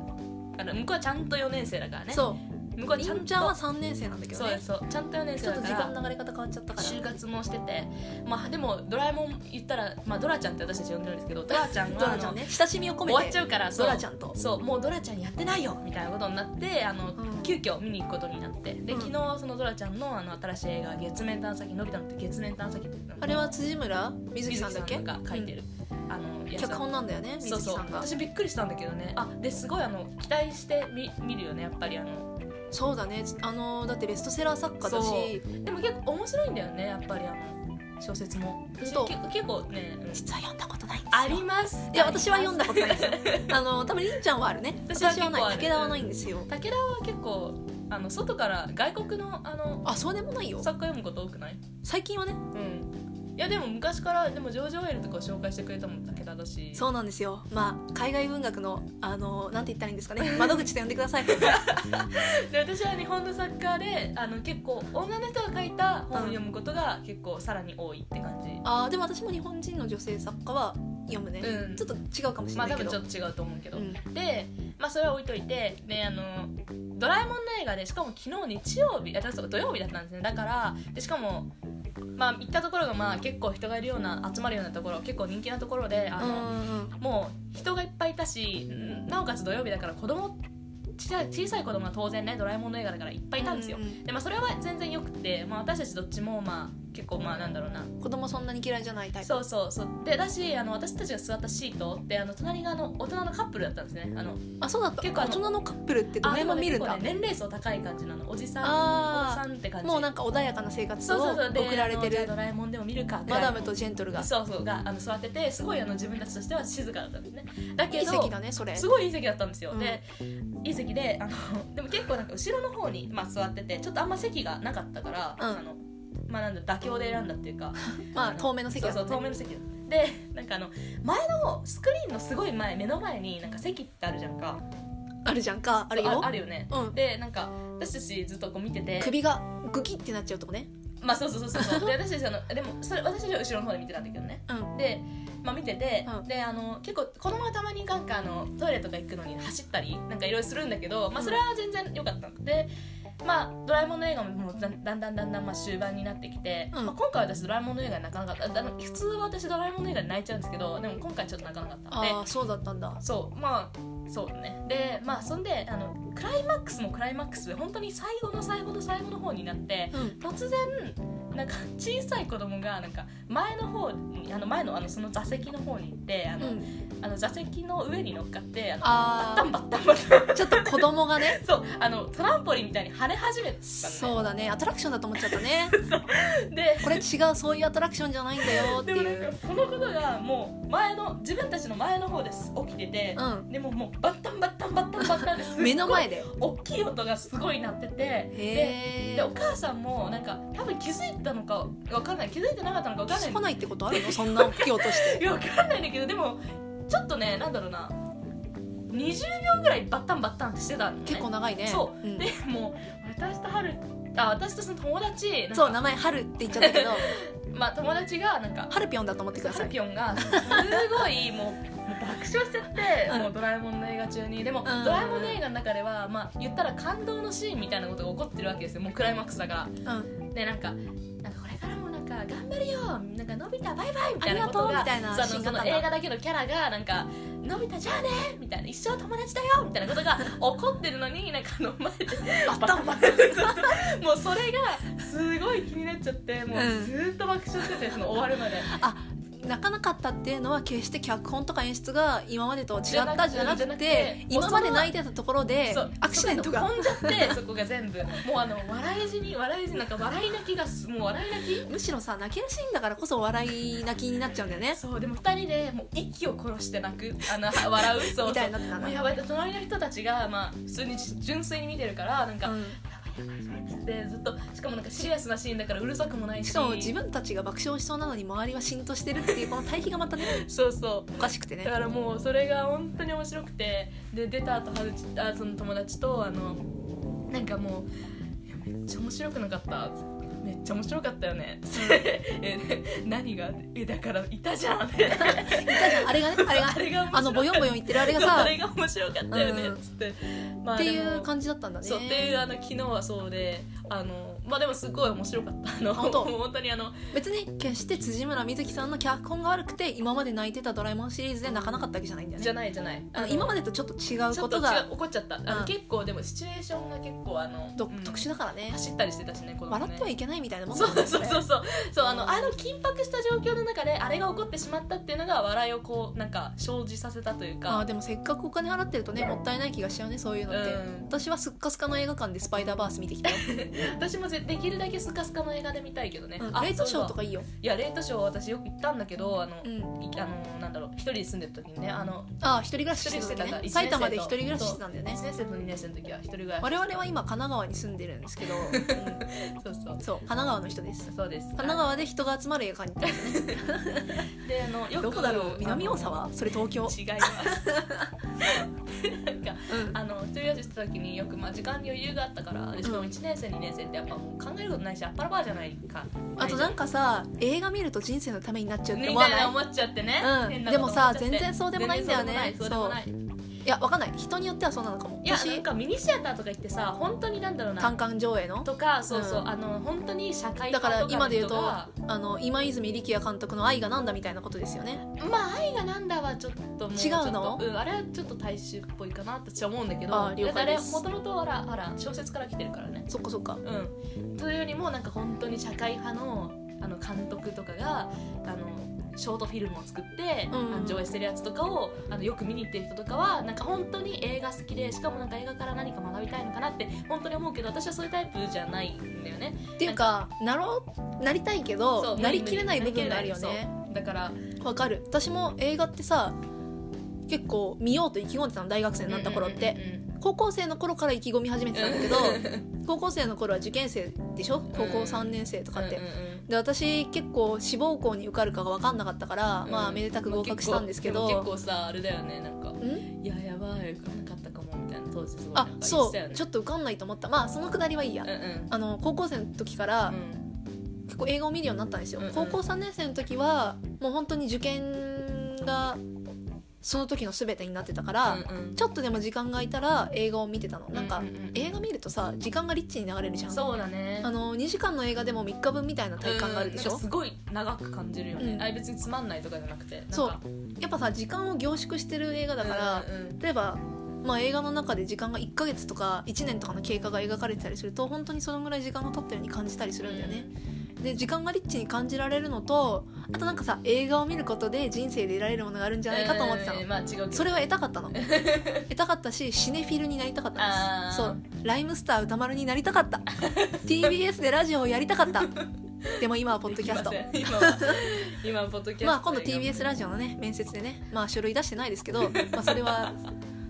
[SPEAKER 1] あの向こうはちゃんと4年生だからね
[SPEAKER 2] そ
[SPEAKER 1] 向こう
[SPEAKER 2] う
[SPEAKER 1] は
[SPEAKER 2] り
[SPEAKER 1] ちゃんと
[SPEAKER 2] んちゃんは3年生なんだけど
[SPEAKER 1] そう
[SPEAKER 2] ね
[SPEAKER 1] ですそうちゃんと4年
[SPEAKER 2] ち
[SPEAKER 1] 生
[SPEAKER 2] ょ
[SPEAKER 1] だか
[SPEAKER 2] っと
[SPEAKER 1] ら
[SPEAKER 2] 時間の流れ方変わっちゃったから
[SPEAKER 1] 就活もしてて、まあ、でも「ドラえもん」言ったら、まあ、ドラちゃんって私たち呼んでるんですけどドラちゃんは
[SPEAKER 2] ドラちゃんね親しみを
[SPEAKER 1] あ
[SPEAKER 2] 込
[SPEAKER 1] の
[SPEAKER 2] め
[SPEAKER 1] 終
[SPEAKER 2] て
[SPEAKER 1] わっちゃうからそう
[SPEAKER 2] ドラちゃんと
[SPEAKER 1] そうもうドラちゃんやってないよみたいなことになってあの、
[SPEAKER 2] うん
[SPEAKER 1] 急遽見に行くことになってで
[SPEAKER 2] うん
[SPEAKER 1] 昨日そのドラちゃんのあの新しい映画「月面探査機のび太のって月面探査機」っていうの
[SPEAKER 2] あれは辻村水木
[SPEAKER 1] 水
[SPEAKER 2] さ
[SPEAKER 1] 木
[SPEAKER 2] んだ
[SPEAKER 1] さ
[SPEAKER 2] っ
[SPEAKER 1] ん
[SPEAKER 2] け
[SPEAKER 1] が書いてる、あのやつ
[SPEAKER 2] 脚本なんだよね水
[SPEAKER 1] そう
[SPEAKER 2] 木
[SPEAKER 1] そう
[SPEAKER 2] さんが
[SPEAKER 1] 私びっくりしたんだけどねあですごいあの期待してみ見るよねやっぱりあの
[SPEAKER 2] そうだねあのだってベストセラー作家だし
[SPEAKER 1] でも結構面白いんだよねやっぱりあの小説も私
[SPEAKER 2] そう
[SPEAKER 1] 結構結構ね、うん
[SPEAKER 2] 実は読んだことないんですよ
[SPEAKER 1] あります
[SPEAKER 2] いや私は読ん
[SPEAKER 1] だ
[SPEAKER 2] だことないですよ あの多分りんちゃんはあるね
[SPEAKER 1] 私は
[SPEAKER 2] 私はな
[SPEAKER 1] 結構あ
[SPEAKER 2] い
[SPEAKER 1] る
[SPEAKER 2] 武田はないんですよ
[SPEAKER 1] 武田は結構あの外から外国のあの
[SPEAKER 2] あそうでもないよ
[SPEAKER 1] 作家読むこと多くない
[SPEAKER 2] 最近はね
[SPEAKER 1] うんいやでも昔からでもジョージ・オエルとか紹介してくれたもん武田だし
[SPEAKER 2] そうなんですよまあ海外文学のあのなんて言ったらいいんですかね窓口と呼んでください
[SPEAKER 1] で私は日本の作家であの結構女の人が書いた本を読むことが結構さらに多いって感じ、
[SPEAKER 2] あーでも私も日本人の女性作家は読むね、
[SPEAKER 1] うん
[SPEAKER 2] ちょっと違うかもしれ
[SPEAKER 1] ま
[SPEAKER 2] な
[SPEAKER 1] あ
[SPEAKER 2] い
[SPEAKER 1] 多
[SPEAKER 2] け
[SPEAKER 1] 分
[SPEAKER 2] ど、
[SPEAKER 1] ちょっと違うと思うけど、
[SPEAKER 2] うん
[SPEAKER 1] で、まあ、それは置いといてであのドラえもんの映画でしかも昨日日曜日あそう土曜日だったんですねだからでしかも、まあ、行ったところがまあ結構人がいるような集まるようなところ結構人気なところであ
[SPEAKER 2] うん
[SPEAKER 1] の、もう人がいっぱいいたしんなおかつ土曜日だから子供小さい小さい子供は当然ねドラえもんの映画だからいっぱいいたんですよ、
[SPEAKER 2] うんうん
[SPEAKER 1] でまあ、それは全然よくて、まあ、私たちどっちも、まあ、結構まあなんだろうな
[SPEAKER 2] 子供そんなに嫌いじゃないタイプ
[SPEAKER 1] そうそうそうでだしあの私たちが座ったシートってあの隣があの大人のカップルだったんですねあの
[SPEAKER 2] あそうだった
[SPEAKER 1] 結構あ
[SPEAKER 2] 大
[SPEAKER 1] の
[SPEAKER 2] 人のカップルってドラえもん見るんだ、
[SPEAKER 1] あでもね結構ね年齢層高い感じなのおじさんおじ
[SPEAKER 2] あ
[SPEAKER 1] さんって感
[SPEAKER 2] あ
[SPEAKER 1] じ
[SPEAKER 2] もうなんか穏やかな生活
[SPEAKER 1] そう
[SPEAKER 2] を
[SPEAKER 1] そうそうで
[SPEAKER 2] 送られて
[SPEAKER 1] あのじゃあ
[SPEAKER 2] る
[SPEAKER 1] ドラえもんでも見るかぐら
[SPEAKER 2] マ
[SPEAKER 1] いの
[SPEAKER 2] ダムとジェントルが
[SPEAKER 1] そうそうがあの座っててすごいあの自分たちとしては静かだったんですねだ
[SPEAKER 2] い
[SPEAKER 1] け
[SPEAKER 2] い
[SPEAKER 1] ど
[SPEAKER 2] 席だねそれ
[SPEAKER 1] すごいいい席だったんですよ、
[SPEAKER 2] うん
[SPEAKER 1] でいい席であのでも結構なんか後ろの方に、まあ、座っててちょっとあんま席がなかったから、
[SPEAKER 2] うん
[SPEAKER 1] あのまあ、なんだ妥協で選んだっていうかあ
[SPEAKER 2] まあ
[SPEAKER 1] の
[SPEAKER 2] 透明の席だ
[SPEAKER 1] そうそう透明の席だでなんかあの前のスクリーンのすごい前目の前になんか席ってあるじゃんか
[SPEAKER 2] あるじゃんかあるよ
[SPEAKER 1] あるよね
[SPEAKER 2] うん
[SPEAKER 1] でなんか私たちずっとこう見てて
[SPEAKER 2] 首がグキってなっちゃうとこね
[SPEAKER 1] まあそうそうそうそう そうで私たちあのでもそれ私たちは後ろの方で見てたんだけどね
[SPEAKER 2] うん
[SPEAKER 1] で、まあ、見てて、
[SPEAKER 2] うん
[SPEAKER 1] であの結構子供はたまになんかあのトイレとか行くのに走ったりなんかいろいろするんだけど、まあ、それは全然良かったので、まあ、ドラえもんの映画ももうだんだんだんだんだんまあ終盤になってきて、
[SPEAKER 2] うん
[SPEAKER 1] まあ、今回私ドラえもんの映画泣かなかったあの普通は私ドラえもんの映画で泣いちゃうんですけどでも今回ちょっと泣かなかったんで
[SPEAKER 2] ああそうだったんだ
[SPEAKER 1] そうまあそうだねでまあそんであのクライマックスもクライマックスで本当に最後の最後の最後の方になって
[SPEAKER 2] うん
[SPEAKER 1] 突然なんか小さい子供がなんか前の方にあの前のあのその座席の方に行ってあ
[SPEAKER 2] う
[SPEAKER 1] の、
[SPEAKER 2] ん
[SPEAKER 1] あの座席の上に乗っかってあのバッタ
[SPEAKER 2] あ
[SPEAKER 1] ンバッタンバッタン
[SPEAKER 2] あちょっと子供がね
[SPEAKER 1] そうあのトランポリンみたいに跳ね始めたの
[SPEAKER 2] そうだねアトラクションだと思っちゃったね
[SPEAKER 1] ねで
[SPEAKER 2] これ違うそういうアトラクションじゃないんだよって
[SPEAKER 1] でもなん
[SPEAKER 2] い
[SPEAKER 1] か
[SPEAKER 2] う
[SPEAKER 1] そのことがもう前の自分たちの前の方です起きてて、
[SPEAKER 2] うん
[SPEAKER 1] でももうバッタンバッタンバッタンバッタンですっごい
[SPEAKER 2] 目の前で
[SPEAKER 1] 大きい音がすごい鳴っててで
[SPEAKER 2] へ
[SPEAKER 1] でお
[SPEAKER 2] え
[SPEAKER 1] 母さんもなんか多分気づいたのかわかんない気づいてなかったのかわかんない
[SPEAKER 2] 聞こないってことあるのそんな大きい音して
[SPEAKER 1] いやわかんないんだけどでもちょっとねなんだろうな20秒ぐらいバッタンバッタンってしてたの、ね、
[SPEAKER 2] 結構長いね
[SPEAKER 1] そ
[SPEAKER 2] うん
[SPEAKER 1] でもう私と春あ私とその友達なんか
[SPEAKER 2] そう名前春って言っちゃった けど
[SPEAKER 1] まあ友達がなんか
[SPEAKER 2] ハルピョンだと思ってくだ
[SPEAKER 1] ハ
[SPEAKER 2] さ
[SPEAKER 1] ル
[SPEAKER 2] い
[SPEAKER 1] ピョンがすごいもうもう爆笑しちゃって、
[SPEAKER 2] うん
[SPEAKER 1] もうドラえもんの映画中にでも、
[SPEAKER 2] ん
[SPEAKER 1] ドラえもんの映画の中では、まあ、言ったら感動のシーンみたいなことが起こってるわけですよもうクライマックスだから
[SPEAKER 2] うん
[SPEAKER 1] でなんかなんかこれからもなんか頑張るよなんかのび太バイバイみ
[SPEAKER 2] あ
[SPEAKER 1] たい
[SPEAKER 2] り
[SPEAKER 1] な
[SPEAKER 2] が
[SPEAKER 1] こと
[SPEAKER 2] とうみ
[SPEAKER 1] が
[SPEAKER 2] たいな
[SPEAKER 1] その
[SPEAKER 2] シーン
[SPEAKER 1] そ
[SPEAKER 2] があ
[SPEAKER 1] の
[SPEAKER 2] ったんだ
[SPEAKER 1] 映画だけのキャラがなんか「のび太じゃあね」みたいな「一生友達だよ」みたいなこと が怒ってるのになんかあの前で
[SPEAKER 2] バッタンバッ
[SPEAKER 1] タンもうそれがすごい気になっちゃってもう
[SPEAKER 2] うん
[SPEAKER 1] ずーっと爆笑しててその終わるまで
[SPEAKER 2] あ泣かなかったっていうのは決して脚本とか演出が今までと違
[SPEAKER 1] じゃ
[SPEAKER 2] っ
[SPEAKER 1] な
[SPEAKER 2] た
[SPEAKER 1] く
[SPEAKER 2] じゃな
[SPEAKER 1] じゃ
[SPEAKER 2] く
[SPEAKER 1] なく
[SPEAKER 2] て
[SPEAKER 1] て
[SPEAKER 2] 今まで泣いてたところで
[SPEAKER 1] そう
[SPEAKER 2] アクシデント
[SPEAKER 1] そ
[SPEAKER 2] が
[SPEAKER 1] う飛んじゃってそこが全部もうあの笑い死に笑い死になんか笑い泣きがすもう笑い泣き
[SPEAKER 2] むしろさ泣けるシーンだからこそ笑い泣きになっちゃうんだよね
[SPEAKER 1] そうでも2人でもう息を殺して泣くあの笑うそうそう
[SPEAKER 2] みたいになってた
[SPEAKER 1] もう
[SPEAKER 2] な
[SPEAKER 1] やばい隣の人たちが、まあ、普通に純粋に見てるからなんか、
[SPEAKER 2] うん
[SPEAKER 1] でずっとしかもなんかシリアスなシーンだからうるさくもないし
[SPEAKER 2] しかも自分たちが爆笑しそうなのに周りは浸透してるっていうこの対比がまたね
[SPEAKER 1] そうそ
[SPEAKER 2] おかしくて
[SPEAKER 1] う
[SPEAKER 2] ね
[SPEAKER 1] だからもうそれが本当に面白くてで出た後はるちあその友達とあのなんかもういや「めっちゃ面白くなかった」めっちゃ面白かったよね。えで何がえだからいたじゃん。
[SPEAKER 2] あれがねあれが
[SPEAKER 1] あれが面白かった
[SPEAKER 2] あのボヨンボヨン言ってるあれが
[SPEAKER 1] あ
[SPEAKER 2] さ
[SPEAKER 1] れが面白かったよね。
[SPEAKER 2] うん
[SPEAKER 1] つって、ま
[SPEAKER 2] ってい
[SPEAKER 1] で
[SPEAKER 2] う
[SPEAKER 1] も
[SPEAKER 2] 感じだったんだね
[SPEAKER 1] そうっていうあの昨日はそうであのまあでもすごい面白かったあの
[SPEAKER 2] 本当
[SPEAKER 1] もう本当にあの
[SPEAKER 2] 別に決して辻村瑞希さんの脚本が悪くて今まで泣いてた「ドラえもん」シリーズで泣かなかったわけじゃないんだよ
[SPEAKER 1] じゃ
[SPEAKER 2] ね
[SPEAKER 1] ないじゃない
[SPEAKER 2] あの今ま
[SPEAKER 1] で
[SPEAKER 2] でとちょっと違う
[SPEAKER 1] ちょ
[SPEAKER 2] こ
[SPEAKER 1] っと
[SPEAKER 2] と
[SPEAKER 1] 違
[SPEAKER 2] が
[SPEAKER 1] う怒っちゃったあの、
[SPEAKER 2] うん
[SPEAKER 1] 結構でもシチュエーションが結構あの
[SPEAKER 2] ど
[SPEAKER 1] うん
[SPEAKER 2] 特殊だからね
[SPEAKER 1] 走ったりしてたしね子供ね
[SPEAKER 2] 笑ってはいけないみたいなもん
[SPEAKER 1] そう
[SPEAKER 2] だもんね
[SPEAKER 1] そうそうそうそうあのあの緊迫した状況の中であれが起こってしまったっていうのが笑いをこうなんか生じさせたという
[SPEAKER 2] あー
[SPEAKER 1] か
[SPEAKER 2] でもせっかくお金払ってるとねもったいない気がしちゃうねそういうのって、
[SPEAKER 1] うん
[SPEAKER 2] 私はすっかすかの映画館で「スパイダーバース」見てきたよ、
[SPEAKER 1] 私もぜできるだけスカスカの映画で見たいけどね、
[SPEAKER 2] うん
[SPEAKER 1] あ
[SPEAKER 2] レイトショーと
[SPEAKER 1] そうだ
[SPEAKER 2] かいいよ、
[SPEAKER 1] いやレイトショー私よく行ったんだけどあの、
[SPEAKER 2] うん、
[SPEAKER 1] いあのなんだろう一人で住んでる時にねあの
[SPEAKER 2] ああ一人暮らししてた時
[SPEAKER 1] 一人暮らししてた一年生と
[SPEAKER 2] ね埼玉で一人暮らししてたんだよね
[SPEAKER 1] 1年生と2年生の時は一人ぐらい
[SPEAKER 2] 我々は今神奈川に住んでるんで すけど、うん
[SPEAKER 1] そうそう
[SPEAKER 2] そう神奈川の人です
[SPEAKER 1] そうです
[SPEAKER 2] 神奈川で人が集まる映画館に行っ
[SPEAKER 1] であの
[SPEAKER 2] て
[SPEAKER 1] よく
[SPEAKER 2] どこだろう南大沢それ東京
[SPEAKER 1] 違います なんか
[SPEAKER 2] うん
[SPEAKER 1] あの一人暮らししてた時によく、まあ、時間に余裕があったからでしかも1年生2年生ってやっぱもう考えることないしあっぱらばあじゃないか
[SPEAKER 2] あとなんかさ映画見ると人生のためになっちゃうっ
[SPEAKER 1] み
[SPEAKER 2] て
[SPEAKER 1] たい
[SPEAKER 2] 思わない
[SPEAKER 1] な思っちゃってね、
[SPEAKER 2] うん
[SPEAKER 1] 変なこと思っちゃって
[SPEAKER 2] でもさ全然そうでもないんだよね
[SPEAKER 1] 全然そうでもないそうでもない
[SPEAKER 2] いやわかんない人によってはそうなのかも
[SPEAKER 1] いや
[SPEAKER 2] 私
[SPEAKER 1] なんかミニシアターとか行ってさ本当になんだろうな
[SPEAKER 2] 単館上映の
[SPEAKER 1] とかそうそう、
[SPEAKER 2] うん
[SPEAKER 1] あの本当に社会
[SPEAKER 2] だ
[SPEAKER 1] 科
[SPEAKER 2] から
[SPEAKER 1] とか
[SPEAKER 2] 今
[SPEAKER 1] の
[SPEAKER 2] で言う
[SPEAKER 1] 人
[SPEAKER 2] とあ
[SPEAKER 1] が
[SPEAKER 2] の今泉力也監督の「愛がなんだ」みたいなことですよね
[SPEAKER 1] まあ愛がなんだはちょっともう
[SPEAKER 2] 違うの
[SPEAKER 1] ちょっとうんあれはちょっと大衆っぽいかなって私は思うんだけど
[SPEAKER 2] あー了解です
[SPEAKER 1] もともとあらあら小説から来てるからね
[SPEAKER 2] そっかそっか
[SPEAKER 1] うんというよりもなんか本当に社会派のあの監督とかがあのショートフィルムを作って、
[SPEAKER 2] うん
[SPEAKER 1] あの上映してるやつとかをあのよく見に行ってる人とかはなんか本当に映画好きでしかもなんか映画から何か学びたいのかなって本当に思うけど私はそういうタイプじゃないんだよね
[SPEAKER 2] っていうかなろうなりたいけど
[SPEAKER 1] そう
[SPEAKER 2] なりきれない部分があるよ
[SPEAKER 1] なりきれな
[SPEAKER 2] ね
[SPEAKER 1] いそうだから
[SPEAKER 2] わかる私も映画ってさ結構見ようと意気込んでたの大学生になった頃って、
[SPEAKER 1] うんうんうんうん
[SPEAKER 2] 高校生の頃から意気込み始めてたんだけど高校生の頃は受験生でしょ高校3年生とかって、
[SPEAKER 1] うんうんうん
[SPEAKER 2] で私結構志望校に受かるかが分かんなかったから、まあめでたく合格したんですけど、
[SPEAKER 1] まあ結構結構さあれだよねなんか
[SPEAKER 2] ん
[SPEAKER 1] いややばい受かんなかったかもみたいな当時すごいなん
[SPEAKER 2] あ
[SPEAKER 1] か言っ
[SPEAKER 2] そ
[SPEAKER 1] てたよ
[SPEAKER 2] う
[SPEAKER 1] ね
[SPEAKER 2] ちょっと受かんないと思ったまあそのくだりはいいや、
[SPEAKER 1] うんうん
[SPEAKER 2] あの高校生の時から
[SPEAKER 1] うん
[SPEAKER 2] 結構映画を見るようになったんですよ、
[SPEAKER 1] うんうん
[SPEAKER 2] 高校3年生の時はもう本当に受験がその時の全てになってたから、
[SPEAKER 1] うんうん
[SPEAKER 2] ちょっとでも時間が空いたら映画を見てたのなんか、
[SPEAKER 1] うう
[SPEAKER 2] 映画見るとさ時間がリッチに流れるじゃん
[SPEAKER 1] そうだね
[SPEAKER 2] あの2時間の映画でも3日分みたいな体感があるでし
[SPEAKER 1] うん
[SPEAKER 2] ょ
[SPEAKER 1] なんかすごい長く感じるよね、
[SPEAKER 2] うん
[SPEAKER 1] あれ別につまんないとかじゃなくてなんか
[SPEAKER 2] そうやっぱさ時間を凝縮してる映画だから、
[SPEAKER 1] うんうん
[SPEAKER 2] 例えば、まあ、映画の中で時間が1ヶ月とか1年とかの経過が描かれてたりすると本当にそのぐらい時間が経ったように感じたりするんだよね。で時間がリッチに感じられるのとあとなんかさ映画を見ることで人生で得られるものがあるんじゃないかと思ってたの
[SPEAKER 1] うん。まあ違うけど
[SPEAKER 2] それは得た かったの得たかったしシネフィルになりたかったんですそ
[SPEAKER 1] あ
[SPEAKER 2] うライムスター歌丸になりたか った TBS でラジオをやりたかったでも今はポッドキャスト
[SPEAKER 1] すいません今は今はポッドキャスト
[SPEAKER 2] まあ今度 TBS ラジオのね面接でねまあ書類出してないですけど、まあ、それは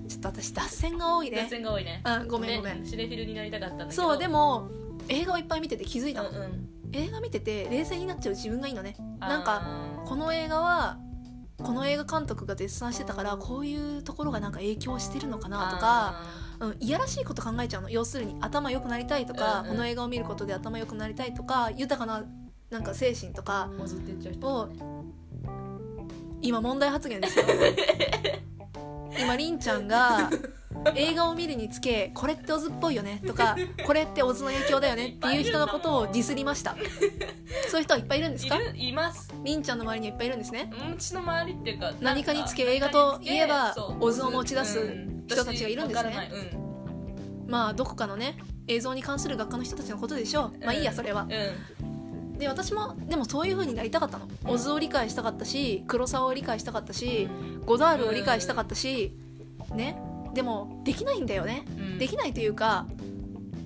[SPEAKER 2] ちょっと私脱線が多い
[SPEAKER 1] 脱
[SPEAKER 2] ね
[SPEAKER 1] 線が多いね
[SPEAKER 2] あごめんごめん
[SPEAKER 1] ねシネフィルになりたかったんだけど
[SPEAKER 2] そうで
[SPEAKER 1] も
[SPEAKER 2] も映画をいっぱい見てて気づいたの、
[SPEAKER 1] うんうん
[SPEAKER 2] 映画見てて冷静になっちゃう自分がいいのね
[SPEAKER 1] あー
[SPEAKER 2] なんかこの映画はこの映画監督が絶賛してたからこういうところがなんか影響してるのかなとか
[SPEAKER 1] あ
[SPEAKER 2] うん、いやらしいこと考えちゃうの要するに頭良くなりたいとか、
[SPEAKER 1] うんうん
[SPEAKER 2] この映画を見ることで頭良くなりたいとか豊かななんか精神とか
[SPEAKER 1] ーもうずっと言っちゃう人
[SPEAKER 2] を今問題発言で すよ今りんちゃんが映画を見るにつけこれってオズっぽいよねとかこれってオズの影響だよねっていう人のことをディスりましたそういう人はいっぱいいるんです
[SPEAKER 1] い
[SPEAKER 2] か
[SPEAKER 1] るいます
[SPEAKER 2] りんちゃんの周りにはいっぱいいるんですね
[SPEAKER 1] うちの周りっていうかなん
[SPEAKER 2] 何かにつけ映画といえば
[SPEAKER 1] そう
[SPEAKER 2] オズを持ち出す
[SPEAKER 1] うん
[SPEAKER 2] 人たちがいるんで
[SPEAKER 1] 私わ
[SPEAKER 2] すね
[SPEAKER 1] からないうん
[SPEAKER 2] まあどこかのね映像に関する学科の人たちのことでしょうまあいいやそれは
[SPEAKER 1] う
[SPEAKER 2] で私もでもそういう風になりたかったの、オズを理解したかったし黒沢を理解したかったしゴダールを理解したかったし、ねでもできないんだよね
[SPEAKER 1] うん
[SPEAKER 2] できないというか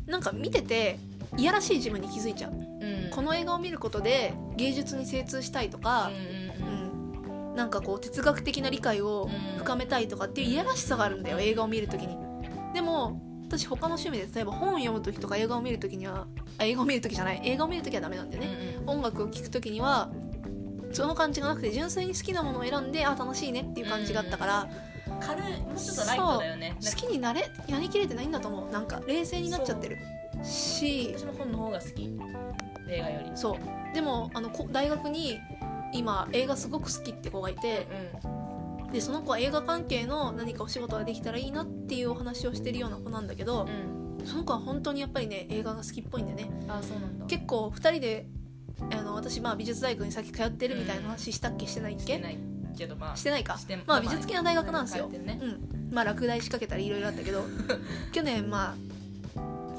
[SPEAKER 2] なんか見てていやらしい自分に気づいちゃう、
[SPEAKER 1] うん
[SPEAKER 2] この映画を見ることで芸術に精通したいと
[SPEAKER 1] う
[SPEAKER 2] か
[SPEAKER 1] ん、
[SPEAKER 2] う
[SPEAKER 1] うん
[SPEAKER 2] んなんかこう哲学的な理解を
[SPEAKER 1] うん
[SPEAKER 2] 深めたいとかっていういやらしさがあるんだよ映画を見るときにでも私他の趣味で例えば本を読むときとか映画を見るときにはあ映画を見るときじゃない映画を見るときはダメなんだよ
[SPEAKER 1] うん
[SPEAKER 2] ね、音楽を聴くときにはその感じがなくて純粋に好きなものを選んであ楽しいねっていう感じがあったから、
[SPEAKER 1] うん軽いもうちょっとライトだよねなん
[SPEAKER 2] 好
[SPEAKER 1] か
[SPEAKER 2] きになれやりきれてないんだと思うなんか冷静になっちゃってるし
[SPEAKER 1] 私も本の方が好き映画より
[SPEAKER 2] そうでもあのこ大学に今映画すごく好きって子がいてでその子は映画関係の何かお仕事ができたらいいなっていうお話をしてるような子なんだけど
[SPEAKER 1] う、ん
[SPEAKER 2] その子は本当にやっぱりね映画が好きっぽいんだよね
[SPEAKER 1] うんあそうなんだ
[SPEAKER 2] 結構2人であの私まあ美術大学にさっき通ってるみたいな話したっけしてないっ
[SPEAKER 1] し
[SPEAKER 2] け
[SPEAKER 1] てないけどまあ
[SPEAKER 2] してないか
[SPEAKER 1] して
[SPEAKER 2] まあ美術系の大学なんですよ
[SPEAKER 1] 通ってるね
[SPEAKER 2] うんまあ落第仕掛けたりいろいろあったけ ど去年まあ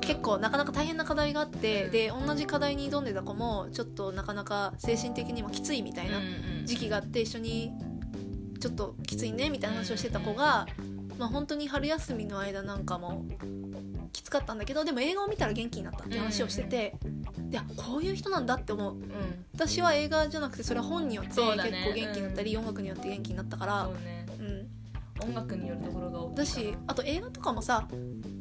[SPEAKER 2] 結構なかなか大変な課題があって、
[SPEAKER 1] うん
[SPEAKER 2] で同じ課題に挑んでた子もちょっとなかなか精神的にもきついみたいな
[SPEAKER 1] うんうん
[SPEAKER 2] 時期があって一緒にちょっときついねみたいな話をしてた子が、まあ本当に春休みの間なんかもきつかったんだけどでも映画を見たら元気になったって話をしてて、いやこういう人なんだって思う
[SPEAKER 1] うん
[SPEAKER 2] 私は映画じゃなくてそれは本によって結
[SPEAKER 1] そ
[SPEAKER 2] 構
[SPEAKER 1] うだね
[SPEAKER 2] 元気になったり、音楽によって元気になったから
[SPEAKER 1] そうね
[SPEAKER 2] うん
[SPEAKER 1] 音楽によるところが大きい
[SPEAKER 2] だしあと映画とかもさ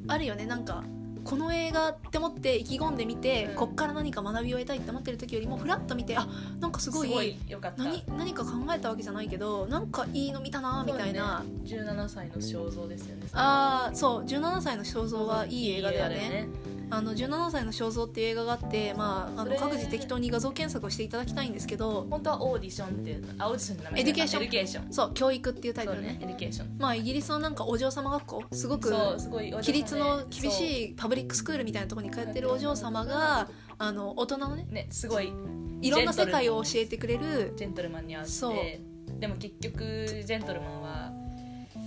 [SPEAKER 2] あるよねなんかこの映画って思って意気込んでみて、
[SPEAKER 1] うん
[SPEAKER 2] こっから何か学びを得たいって思ってる時よりもフラッと見てあなんかす
[SPEAKER 1] す
[SPEAKER 2] ごい
[SPEAKER 1] ごい良かった
[SPEAKER 2] 何何か考えたわけじゃないけどなんかいいの見たなみたいな、
[SPEAKER 1] 17歳の肖像ですよね
[SPEAKER 2] ああそう17歳の肖像はいい映画だよね
[SPEAKER 1] いい映
[SPEAKER 2] あの17歳の肖像っていう映画があって、まあ、あ
[SPEAKER 1] そ
[SPEAKER 2] の
[SPEAKER 1] れ
[SPEAKER 2] 各自適当に画像検索をしていただきたいんですけど
[SPEAKER 1] 本当はオーディションっていうのあオーディションの名前
[SPEAKER 2] エデュケーション
[SPEAKER 1] エデュケーション
[SPEAKER 2] そう教育っていうタイ
[SPEAKER 1] そ
[SPEAKER 2] ト
[SPEAKER 1] う
[SPEAKER 2] ルね
[SPEAKER 1] ねエデュケーション
[SPEAKER 2] まあイギリスのなんかお嬢様学校すごく
[SPEAKER 1] そうすごいお嬢様で
[SPEAKER 2] 規律の厳
[SPEAKER 1] そ
[SPEAKER 2] しいパブリックスクールみたいなところに通ってるお嬢様があの大人のね
[SPEAKER 1] うねすごい
[SPEAKER 2] いろんな世界を教えてくれる
[SPEAKER 1] ジェントルマンに会っ
[SPEAKER 2] そう
[SPEAKER 1] てでも結局ジェントルマンは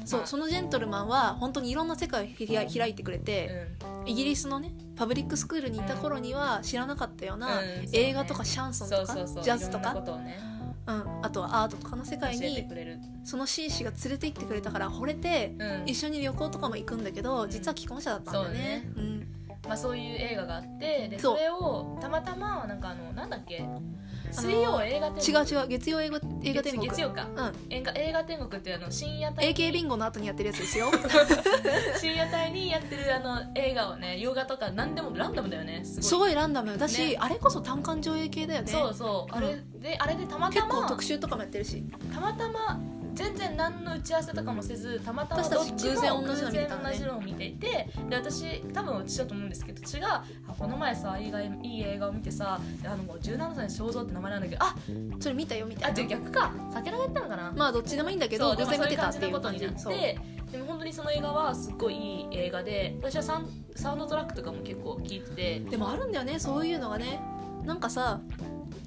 [SPEAKER 2] そうそのジェントルマンは本当にいろんな世界をひら開いてくれ
[SPEAKER 1] うん
[SPEAKER 2] てイギリスのねパブリックスクールにいた頃には知らなかったような
[SPEAKER 1] うんそうね
[SPEAKER 2] 映画とかシャンソン
[SPEAKER 1] そ
[SPEAKER 2] と
[SPEAKER 1] うそうそ
[SPEAKER 2] か
[SPEAKER 1] う
[SPEAKER 2] ジャズと
[SPEAKER 1] いろんなこ
[SPEAKER 2] か、
[SPEAKER 1] とをね
[SPEAKER 2] うん、あとはアートとかの世
[SPEAKER 1] 教
[SPEAKER 2] 界
[SPEAKER 1] えて
[SPEAKER 2] に
[SPEAKER 1] くれる
[SPEAKER 2] その紳士が連れて行ってくれたから惚れて
[SPEAKER 1] うん
[SPEAKER 2] 一緒に旅行とかも行くんだけど実は既婚者だったんだよね。うん
[SPEAKER 1] まあそういう映画があってで
[SPEAKER 2] そう
[SPEAKER 1] それをたまたまなんかあのなんだっけ水曜映画天
[SPEAKER 2] 違
[SPEAKER 1] 国
[SPEAKER 2] う違う月曜映画映画天国
[SPEAKER 1] 月月曜か
[SPEAKER 2] うん
[SPEAKER 1] 映画映画天国っていうあの深夜帯
[SPEAKER 2] AK ビンゴの後にやってるやつですよ
[SPEAKER 1] 深夜帯にやってるあの映画をね洋画とか何でもランダムだよねす
[SPEAKER 2] す
[SPEAKER 1] ごい
[SPEAKER 2] ごいランダムだし、
[SPEAKER 1] ね
[SPEAKER 2] あれこそ単館上映系だよね
[SPEAKER 1] そうそうあれであれでたま
[SPEAKER 2] 結
[SPEAKER 1] た
[SPEAKER 2] 構
[SPEAKER 1] ま
[SPEAKER 2] 特集とかもやってるし、
[SPEAKER 1] たまたま全然何の打ち合わせとかもせずたまたま
[SPEAKER 2] 私たち
[SPEAKER 1] どっちも
[SPEAKER 2] 偶然同じの
[SPEAKER 1] 偶
[SPEAKER 2] 見てた
[SPEAKER 1] 然
[SPEAKER 2] のね
[SPEAKER 1] 同じのを見ていてで私多分私だと思うんですけど違うこの前さいい映画いい映画を見てさあのもう17歳の肖像って名前なんだけどあ
[SPEAKER 2] それ見たよみた
[SPEAKER 1] あ
[SPEAKER 2] い
[SPEAKER 1] じゃ
[SPEAKER 2] な
[SPEAKER 1] あ逆か避けられたのかな
[SPEAKER 2] まあどっちでもいいんだけ
[SPEAKER 1] そ
[SPEAKER 2] ど
[SPEAKER 1] うで
[SPEAKER 2] 偶
[SPEAKER 1] もそうい
[SPEAKER 2] 然見て
[SPEAKER 1] う
[SPEAKER 2] た
[SPEAKER 1] 感
[SPEAKER 2] っ
[SPEAKER 1] じ
[SPEAKER 2] て
[SPEAKER 1] の
[SPEAKER 2] いう
[SPEAKER 1] こと
[SPEAKER 2] 感
[SPEAKER 1] に
[SPEAKER 2] じ
[SPEAKER 1] なっ
[SPEAKER 2] そう
[SPEAKER 1] てでも本当にその映画はすっごいいい映画で私はサウンサウンドトラックとかも結構聞いてて
[SPEAKER 2] でもあるんだよねそういうのがねなんかさ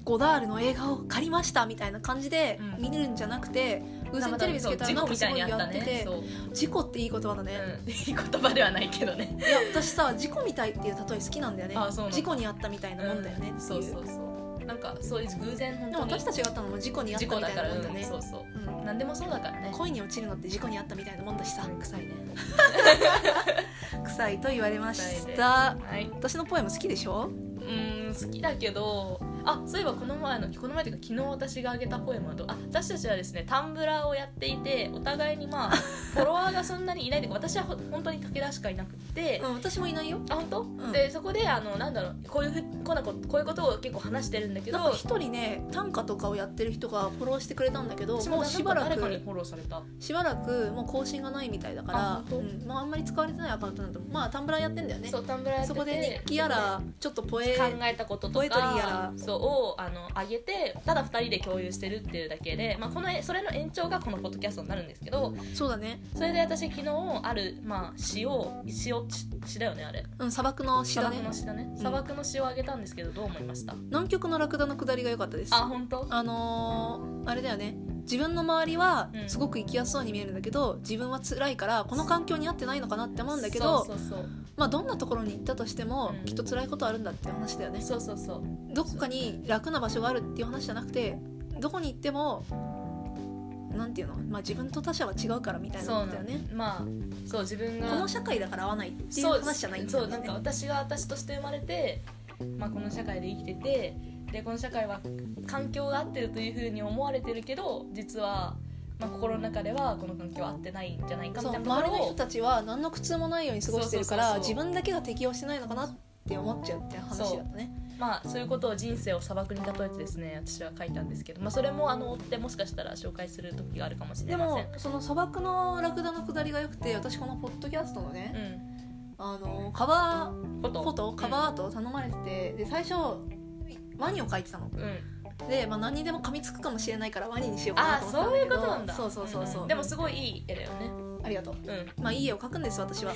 [SPEAKER 2] ゴダールの映画を借りましたみたいな感じで
[SPEAKER 1] うん
[SPEAKER 2] 見るんじゃなくて、偶然テレビつけたらなんかすごいやってて
[SPEAKER 1] そう、うん、い
[SPEAKER 2] 事故っていい言葉だね、
[SPEAKER 1] い言葉ではないけどね
[SPEAKER 2] いや私さ事故みたいっていう例え好きなんだよね
[SPEAKER 1] あそうなんだ
[SPEAKER 2] 事故にあったみたいなもんだよねっていう、
[SPEAKER 1] そうそうそうなんかそういう偶然本
[SPEAKER 2] でも
[SPEAKER 1] 当に
[SPEAKER 2] 私たちがあったのも事故にあった
[SPEAKER 1] 事
[SPEAKER 2] みた
[SPEAKER 1] 故だ
[SPEAKER 2] い
[SPEAKER 1] か
[SPEAKER 2] な
[SPEAKER 1] ら、
[SPEAKER 2] も
[SPEAKER 1] うん
[SPEAKER 2] だ
[SPEAKER 1] ん、
[SPEAKER 2] ね
[SPEAKER 1] そうそう
[SPEAKER 2] うん
[SPEAKER 1] 何でもそうだからね
[SPEAKER 2] 恋に落ちるのって事故にあったみたいなもんだしさ
[SPEAKER 1] 臭いね
[SPEAKER 2] 臭いと言われま
[SPEAKER 1] 臭い
[SPEAKER 2] し
[SPEAKER 1] で
[SPEAKER 2] た
[SPEAKER 1] はい
[SPEAKER 2] 私のポエム好きでしょ
[SPEAKER 1] うーん好きだけどあそういえばこの前のこの前というか昨日私があげたポエムはどうあ私たちはですねタンブラーをやっていてお互いに まあフォロワーがそんなにいないで私はほ本当に武田しかいなくって、
[SPEAKER 2] うん私もいないよ
[SPEAKER 1] あ本当、
[SPEAKER 2] ん
[SPEAKER 1] でそこであのなんだろうこういうふこんなことこういうことを結構話してるんだけど
[SPEAKER 2] なんか一人ね短歌とかをやってる人がフォローしてくれたんだけど
[SPEAKER 1] 私
[SPEAKER 2] もうしばら
[SPEAKER 1] 誰かに
[SPEAKER 2] く
[SPEAKER 1] フォローされた
[SPEAKER 2] しばらくもう更新がないみたいだか
[SPEAKER 1] あ
[SPEAKER 2] ら
[SPEAKER 1] 本
[SPEAKER 2] うんもうあんまり使われてないアカウントなんてまあタンブラーやってんだよね
[SPEAKER 1] そうタンブラーやって
[SPEAKER 2] そ
[SPEAKER 1] て
[SPEAKER 2] こで日記やらちょっとポエ
[SPEAKER 1] 考えたこととか
[SPEAKER 2] ポエトリーやら
[SPEAKER 1] そうをあの上げてただ2人で共有してるっていうだけで、まあ、このそれの延長がこのポッドキャストになるんですけど
[SPEAKER 2] そうだね
[SPEAKER 1] それで私昨日ある、まあ、詩を詩を詩詩だよねあれ
[SPEAKER 2] うん砂漠の詩
[SPEAKER 1] 砂
[SPEAKER 2] だ
[SPEAKER 1] 漠
[SPEAKER 2] ね
[SPEAKER 1] の詩だね
[SPEAKER 2] ん
[SPEAKER 1] 砂漠の詩をあげたんですけどどう思いました、
[SPEAKER 2] 南極のラクダの下りが良かったです
[SPEAKER 1] あ本当
[SPEAKER 2] あのーあれだよね自分の周りは
[SPEAKER 1] うん
[SPEAKER 2] すごく生きやすそうに見えるんだけど、自分は辛いからこの環境に合ってないのかなって思うんだけど
[SPEAKER 1] そうそう
[SPEAKER 2] まあ、どんなところに行ったとしても、
[SPEAKER 1] うん
[SPEAKER 2] きっと辛いことあるんだって話だよね
[SPEAKER 1] そうそうそうそう
[SPEAKER 2] どこかに楽な場所があるっていう話じゃなくてどこに行ってもなんていうの、まあ、自分と他者は違うからみたいな
[SPEAKER 1] そ
[SPEAKER 2] こ
[SPEAKER 1] う
[SPEAKER 2] とだ
[SPEAKER 1] な
[SPEAKER 2] よ
[SPEAKER 1] ん
[SPEAKER 2] ね
[SPEAKER 1] ねまあそう自分が
[SPEAKER 2] この社会だから合わないっていう
[SPEAKER 1] そう
[SPEAKER 2] 話じゃないんだ
[SPEAKER 1] そ
[SPEAKER 2] よ
[SPEAKER 1] うなんか
[SPEAKER 2] ね
[SPEAKER 1] 私が私として生まれて、まあ、この社会で生きててでこの社会は環境が合ってるというふうに思われてるけど実は、まあ、心の中ではこの環境は合ってないんじゃないかみ
[SPEAKER 2] そう
[SPEAKER 1] たいな
[SPEAKER 2] 周
[SPEAKER 1] と
[SPEAKER 2] りの
[SPEAKER 1] こ
[SPEAKER 2] 人たちは何の苦痛もないように過ごしてるから
[SPEAKER 1] そうそうそうそう
[SPEAKER 2] 自分だけが適応してないのかなって思っちゃうって話だったね
[SPEAKER 1] ろを、まあ、そういうことを人生を砂漠に例えてですね私は書いたんですけど、まあ、それもあの追ってもしかしたら紹介する時があるかもし
[SPEAKER 2] で
[SPEAKER 1] れませ
[SPEAKER 2] も
[SPEAKER 1] ん。
[SPEAKER 2] その砂漠のラクダの下りが良くて私このポッドキャストのね、
[SPEAKER 1] うん
[SPEAKER 2] あのカバー
[SPEAKER 1] こと
[SPEAKER 2] フォトカバーアートを頼まれててで最初ワニを描いてたの
[SPEAKER 1] うん、うん
[SPEAKER 2] で、まあ、何にでも噛みつくかもしれないからワニにしようかな
[SPEAKER 1] あ
[SPEAKER 2] と
[SPEAKER 1] あ
[SPEAKER 2] 思
[SPEAKER 1] そう
[SPEAKER 2] ったんだ
[SPEAKER 1] い
[SPEAKER 2] け
[SPEAKER 1] う
[SPEAKER 2] ど
[SPEAKER 1] ことなんだ
[SPEAKER 2] そうそうそうそう、
[SPEAKER 1] んんでもすごいいい絵だよね
[SPEAKER 2] ありがとう
[SPEAKER 1] うん
[SPEAKER 2] まあいい絵を描くんです私は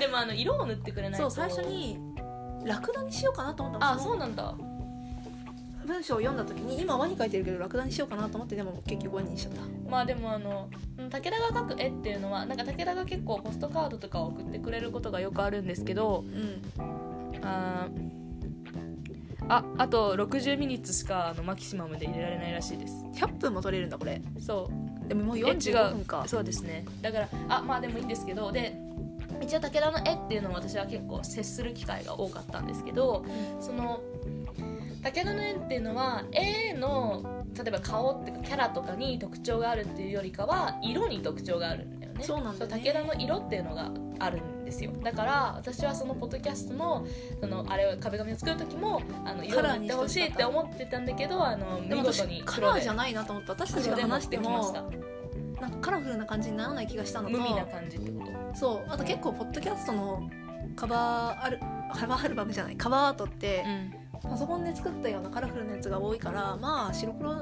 [SPEAKER 1] でもあの色を塗ってくれない
[SPEAKER 2] そ
[SPEAKER 1] と
[SPEAKER 2] う最初にラクダにしようかなと思ったの
[SPEAKER 1] あそうなんだ
[SPEAKER 2] の文章を読んだ時に今ワニ描いてるけどラクダにしようかなと思ってでも結局ワニにしちゃった
[SPEAKER 1] まあでもあのうん武田が描く絵っていうのはなんか武田が結構ポストカードとかを送ってくれることがよくあるんですけど
[SPEAKER 2] うん
[SPEAKER 1] あーああと60ミニッツしかあのマキシマムで入れられないらしいです
[SPEAKER 2] 100分も撮れるんだこれ
[SPEAKER 1] そう
[SPEAKER 2] でももう
[SPEAKER 1] え違う
[SPEAKER 2] 45分か
[SPEAKER 1] そうですねだからあまあでもいいんですけどで一応武田の絵っていうのは私は結構接する機会が多かったんですけど、その武田の絵っていうのは絵の例えば顔っていうかキャラとかに特徴があるっていうよりかは色に特徴があるんだよね
[SPEAKER 2] そうなんだね
[SPEAKER 1] 武田の色っていうのがあるんですよだから私はそのポッドキャストのそのあれを壁紙を作る時もあの色
[SPEAKER 2] カ
[SPEAKER 1] を
[SPEAKER 2] ラー
[SPEAKER 1] 塗っ
[SPEAKER 2] にしてて
[SPEAKER 1] ほ
[SPEAKER 2] ほ
[SPEAKER 1] し
[SPEAKER 2] し
[SPEAKER 1] い
[SPEAKER 2] かった
[SPEAKER 1] って思ってたんだけどあの見
[SPEAKER 2] でも
[SPEAKER 1] 事
[SPEAKER 2] 私
[SPEAKER 1] に
[SPEAKER 2] カ
[SPEAKER 1] 黒
[SPEAKER 2] ラー
[SPEAKER 1] で
[SPEAKER 2] じゃないなと思って私たち
[SPEAKER 1] 黒
[SPEAKER 2] が
[SPEAKER 1] で持っ
[SPEAKER 2] 話してて
[SPEAKER 1] きました
[SPEAKER 2] もなんかカラフルな感じにならない気がしたのと
[SPEAKER 1] 無味な感じってこと
[SPEAKER 2] そうあと結構ポッドキャストのカバーアルカバーアルバムじゃないカバーアートって、パソコンで作ったようなカラフルなやつが多いからまあ白黒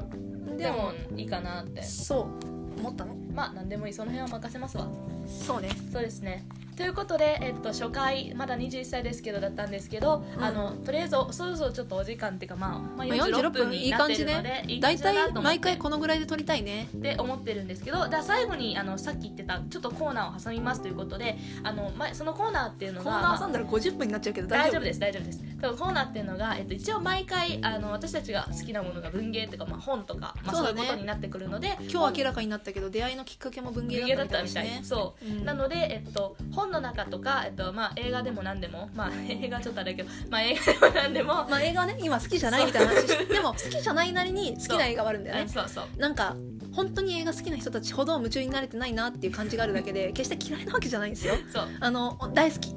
[SPEAKER 2] で
[SPEAKER 1] で
[SPEAKER 2] も
[SPEAKER 1] もいいかなって
[SPEAKER 2] そう思ったね
[SPEAKER 1] まあ何でもいいその辺は任せますわ
[SPEAKER 2] そうね
[SPEAKER 1] そうですねということで、えっと、初回まだ21歳ですけどだったんですけど、
[SPEAKER 2] うん
[SPEAKER 1] あのとりあえずそろそろちょっとお時間っていうか、まあ、まあ
[SPEAKER 2] まあ46
[SPEAKER 1] 46分
[SPEAKER 2] 分い
[SPEAKER 1] に
[SPEAKER 2] い
[SPEAKER 1] なっ
[SPEAKER 2] 感
[SPEAKER 1] て
[SPEAKER 2] じ
[SPEAKER 1] るの
[SPEAKER 2] ね
[SPEAKER 1] でいい感
[SPEAKER 2] 大
[SPEAKER 1] じだ
[SPEAKER 2] 体
[SPEAKER 1] なと思っ
[SPEAKER 2] 毎
[SPEAKER 1] て
[SPEAKER 2] 回このぐらいで撮りたいね
[SPEAKER 1] って思ってるんですけどだから最後にあのさっき言ってたちょっとコーナーを挟みますということであの、ま、そのコーナーっていうの
[SPEAKER 2] コー
[SPEAKER 1] が
[SPEAKER 2] ナー
[SPEAKER 1] ま
[SPEAKER 2] 挟
[SPEAKER 1] あ
[SPEAKER 2] んだら50分になっちゃうけど
[SPEAKER 1] 大丈
[SPEAKER 2] 大丈
[SPEAKER 1] 夫
[SPEAKER 2] 夫
[SPEAKER 1] です大丈夫です多分コーナーっていうのが、えっと、一応毎回あの私たちが好きなものが文芸とか、まあ、本とか、まあ、
[SPEAKER 2] そ
[SPEAKER 1] そううい
[SPEAKER 2] だ
[SPEAKER 1] う
[SPEAKER 2] ね
[SPEAKER 1] ことになってくるので
[SPEAKER 2] 今日明らかになったけど出会いのきっかけも文
[SPEAKER 1] 文
[SPEAKER 2] 芸
[SPEAKER 1] 芸だ
[SPEAKER 2] だっ
[SPEAKER 1] ったた
[SPEAKER 2] み
[SPEAKER 1] み
[SPEAKER 2] た
[SPEAKER 1] た
[SPEAKER 2] い
[SPEAKER 1] い
[SPEAKER 2] ですね
[SPEAKER 1] そう
[SPEAKER 2] うん
[SPEAKER 1] なので、えっと、本の中とか、えっとまあ、映画でも何でも、まあ、 映画ちょっとあれだけど、まあ、映画でも何でも、
[SPEAKER 2] まあ映画ね今好きじゃないみたいな話してでも好きじゃないなりに好きな映画はあるんだよ
[SPEAKER 1] あ
[SPEAKER 2] ね
[SPEAKER 1] そうそう
[SPEAKER 2] なんか本当に映画好きな人たちほど夢中になれてないなっていう感じがあるだけで決して嫌いなわけじゃないんですよ
[SPEAKER 1] そう
[SPEAKER 2] あの大好き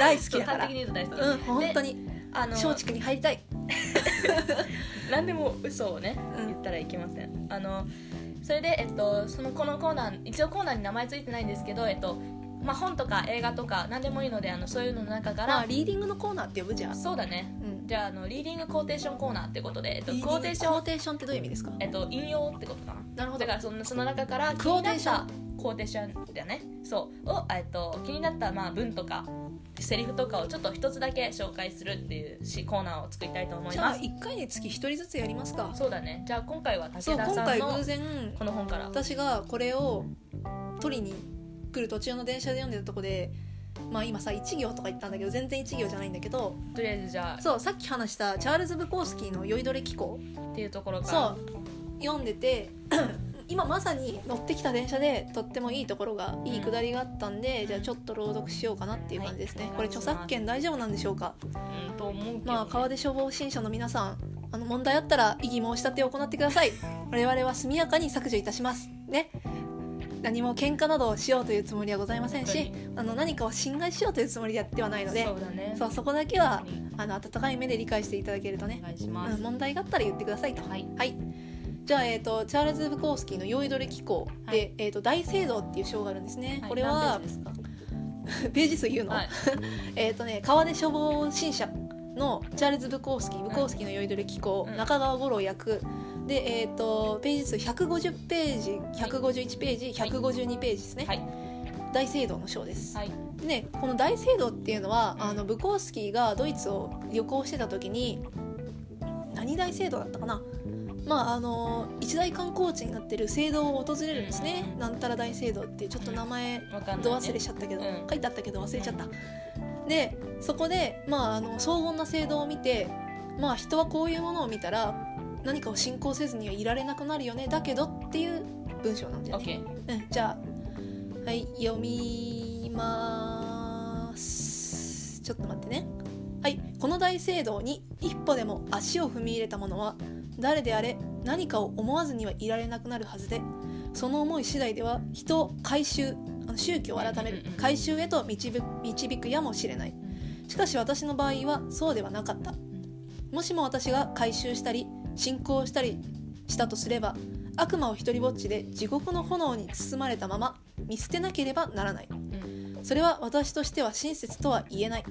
[SPEAKER 2] 大好き
[SPEAKER 1] そう
[SPEAKER 2] だか
[SPEAKER 1] 端
[SPEAKER 2] ら
[SPEAKER 1] 的に言うと大好き、
[SPEAKER 2] うん本当に
[SPEAKER 1] あの
[SPEAKER 2] 松竹に入りたい
[SPEAKER 1] 何でも嘘をね
[SPEAKER 2] うん
[SPEAKER 1] 言ったらいけませんあのそれで、えっと、そのこのコーナー一応コーナーに名前ついてないんですけど、えっとまあ、本とか映画とか何でもいいのであのそういうのの中か
[SPEAKER 2] まあ
[SPEAKER 1] ら、
[SPEAKER 2] リーディングのコーナーって呼ぶじゃん
[SPEAKER 1] そうだね
[SPEAKER 2] うん
[SPEAKER 1] じゃああのリーディングコーテーションコーナーってことで、えっと、
[SPEAKER 2] リーディング
[SPEAKER 1] コーテーショ
[SPEAKER 2] コー
[SPEAKER 1] ン、
[SPEAKER 2] テーションってどういう意味ですか
[SPEAKER 1] えっと、引用ってことかな
[SPEAKER 2] なるほ
[SPEAKER 1] だ
[SPEAKER 2] ど
[SPEAKER 1] からそのその中から
[SPEAKER 2] クオーテーション
[SPEAKER 1] 気になったクオーテーションだねそうを、えっと、気になったまあ文とかセリフとかをちょっと一つだけ紹介するっていうしコーナーを作りたいと思い
[SPEAKER 2] じゃ
[SPEAKER 1] ま
[SPEAKER 2] あ
[SPEAKER 1] す
[SPEAKER 2] 1回につき1人ずつやりますか
[SPEAKER 1] そうだねじゃあ今回は武田
[SPEAKER 2] そう今
[SPEAKER 1] さん
[SPEAKER 2] 回偶
[SPEAKER 1] の
[SPEAKER 2] 然
[SPEAKER 1] この本から
[SPEAKER 2] 私がこれを取りに来る途中の電車で読んでたとこでまあ今さ1行とか言ったんだけど全然1行じゃないんだけど
[SPEAKER 1] とりあえずじゃ
[SPEAKER 2] そうさっき話したチャールズ・ブコースキーの「酔いどれ機構
[SPEAKER 1] あっていうところ」から
[SPEAKER 2] そう読んでて 今まさに乗ってきた電車でとってもいいところがいい下りがあったんで、
[SPEAKER 1] うん
[SPEAKER 2] じゃあちょっと朗読しようかなっていう感じですね、
[SPEAKER 1] はい
[SPEAKER 2] これ著作権大丈夫なんでしょうか
[SPEAKER 1] う、ん、と思うけど、ね
[SPEAKER 2] まあ川出消防新社の皆さんあの問題あったら異議申し立てを行ってください 我々は速やかに削除いたしますね何も喧嘩などをしようというつもりはございませんしあの何かを侵害しようというつもりでやってはないので
[SPEAKER 1] そうだね
[SPEAKER 2] そううそこだけはあの温かい目で理解していただけると
[SPEAKER 1] お
[SPEAKER 2] ね、
[SPEAKER 1] 願いし
[SPEAKER 2] う
[SPEAKER 1] ます
[SPEAKER 2] ん、問題があったら言ってくださいと
[SPEAKER 1] はい
[SPEAKER 2] はいじゃあ、えー、とチャールズ・ブコースキーの「酔いどれ機構」で、
[SPEAKER 1] はい
[SPEAKER 2] えー、と大聖堂っていう章があるんですね、これは
[SPEAKER 1] 何ページですか
[SPEAKER 2] ページ数言うの、
[SPEAKER 1] はい
[SPEAKER 2] えーとね、川出消防新社のチャールズ・ブコースキーブコースキーの酔いどれ機構、
[SPEAKER 1] うん
[SPEAKER 2] 中川五郎役で、えー、とページ数150ページ151ページ、
[SPEAKER 1] はい
[SPEAKER 2] 152ページですね、
[SPEAKER 1] はい
[SPEAKER 2] 大聖堂の章です、
[SPEAKER 1] はい
[SPEAKER 2] ね、この大聖堂っていうのは、
[SPEAKER 1] うん
[SPEAKER 2] あのブコースキーがドイツを旅行してた時に何大聖堂だったかなまああの一大観光地になってる聖堂を訪れるんですね、
[SPEAKER 1] うん
[SPEAKER 2] なんたら大聖堂っていうちょっと名前
[SPEAKER 1] わかんない、ね、
[SPEAKER 2] ど忘れしちゃったけど、
[SPEAKER 1] うん
[SPEAKER 2] 書いてあったけど忘れちゃったでそこで、まあ、あの荘厳な聖堂を見て、まあ、人はこういうものを見たら何かを信仰せずにはいられなくなるよねだけどっていう文章なんだよ
[SPEAKER 1] オ
[SPEAKER 2] ね
[SPEAKER 1] ッケー
[SPEAKER 2] うん、じゃあはい読みますちょっと待ってねはいこの大聖堂に一歩でも足を踏み入れた者は誰であれ何かを思わずにはいられなくなるはずでその思い次第では人を改宗あの宗教を改め
[SPEAKER 1] う
[SPEAKER 2] る
[SPEAKER 1] んうんうん
[SPEAKER 2] 改宗へと導く導くやもしれないしかし私の場合はそうではなかったもしも私が回収したり信仰したりしたとすれば悪魔を一りぼっちで地獄の炎に包まれたまま見捨てなければならないそれは私としては親切とは言えない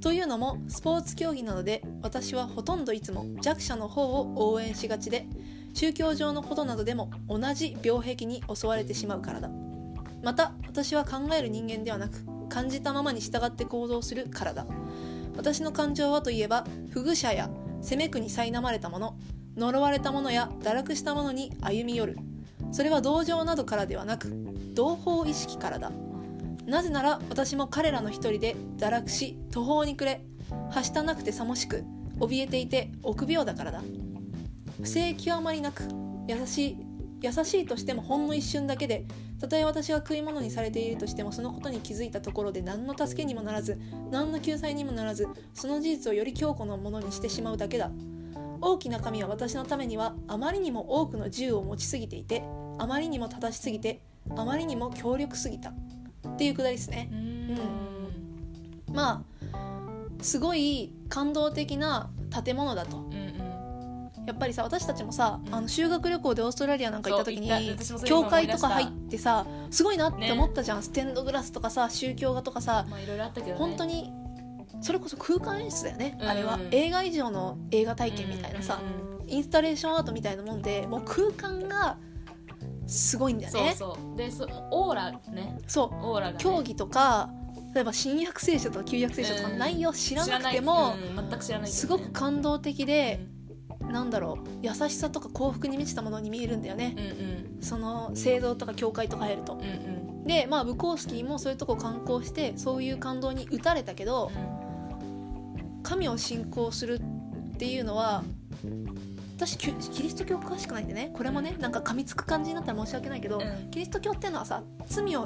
[SPEAKER 2] というのもスポーツ競技などで私はほとんどいつも弱者の方を応援しがちで宗教上のことなどでも同じ病壁に襲われてしまうからだまた私は考える人間ではなく感じたままに従って行動するからだ私の感情はといえば不遇者や攻めくに苛まれた者呪われた者や堕落した者に歩み寄るそれは同情などからではなく同胞意識からだなぜなら私も彼らの一人で堕落し途方に暮れはしたなくて寂しく怯えていて臆病だからだ不正極まりなく優しい優しいとしてもほんの一瞬だけでたとえ私が食い物にされているとしてもそのことに気づいたところで何の助けにもならず何の救済にもならずその事実をより強固なものにしてしまうだけだ大きな神は私のためにはあまりにも多くの銃を持ちすぎていてあまりにも正しすぎてあまりにも強力すぎたっていうくだりですね
[SPEAKER 1] うんうん
[SPEAKER 2] まあすごい感動的な建物だと
[SPEAKER 1] うんうん
[SPEAKER 2] やっぱりさ私たちもさあの修学旅行でオーストラリアなんか行った時に
[SPEAKER 1] そう行った私もそれ今
[SPEAKER 2] 教
[SPEAKER 1] 思い出
[SPEAKER 2] 会
[SPEAKER 1] した
[SPEAKER 2] とか入ってさすごいなって思ったじゃん、ステンドグラスとかさ宗教画とかさ
[SPEAKER 1] まあいろいろあったけどね
[SPEAKER 2] 本当にそれこそ空間演出だよね、
[SPEAKER 1] うん
[SPEAKER 2] あれは映画以上の映画体験みたいなさ、
[SPEAKER 1] うんうんうん
[SPEAKER 2] インスタレーションアートみたいなもんでもう空間がすごいんだよ
[SPEAKER 1] そう
[SPEAKER 2] ね
[SPEAKER 1] そうでそオーラね
[SPEAKER 2] そう
[SPEAKER 1] オーラがね
[SPEAKER 2] 競技とか例えば新約聖書とか旧約聖書とか
[SPEAKER 1] うん
[SPEAKER 2] 内容知らなくて
[SPEAKER 1] 知ら
[SPEAKER 2] も、
[SPEAKER 1] ないうん全く知らないけどね
[SPEAKER 2] すごく感動的で
[SPEAKER 1] う、
[SPEAKER 2] なんだろう優しさとか幸福に満ちたものに見えるんだよね
[SPEAKER 1] う、んうん
[SPEAKER 2] その聖堂とか教会とか入ると
[SPEAKER 1] うんうん
[SPEAKER 2] でまあブコースキーもそういうとこ観光してそういう感動に打たれたけど神を信仰するっていうのは私キュキリスト教詳しくないんでねこれもねなんか噛みつく感じになったら申し訳ないけど、
[SPEAKER 1] うん
[SPEAKER 2] キリスト教っていうのはさ罪を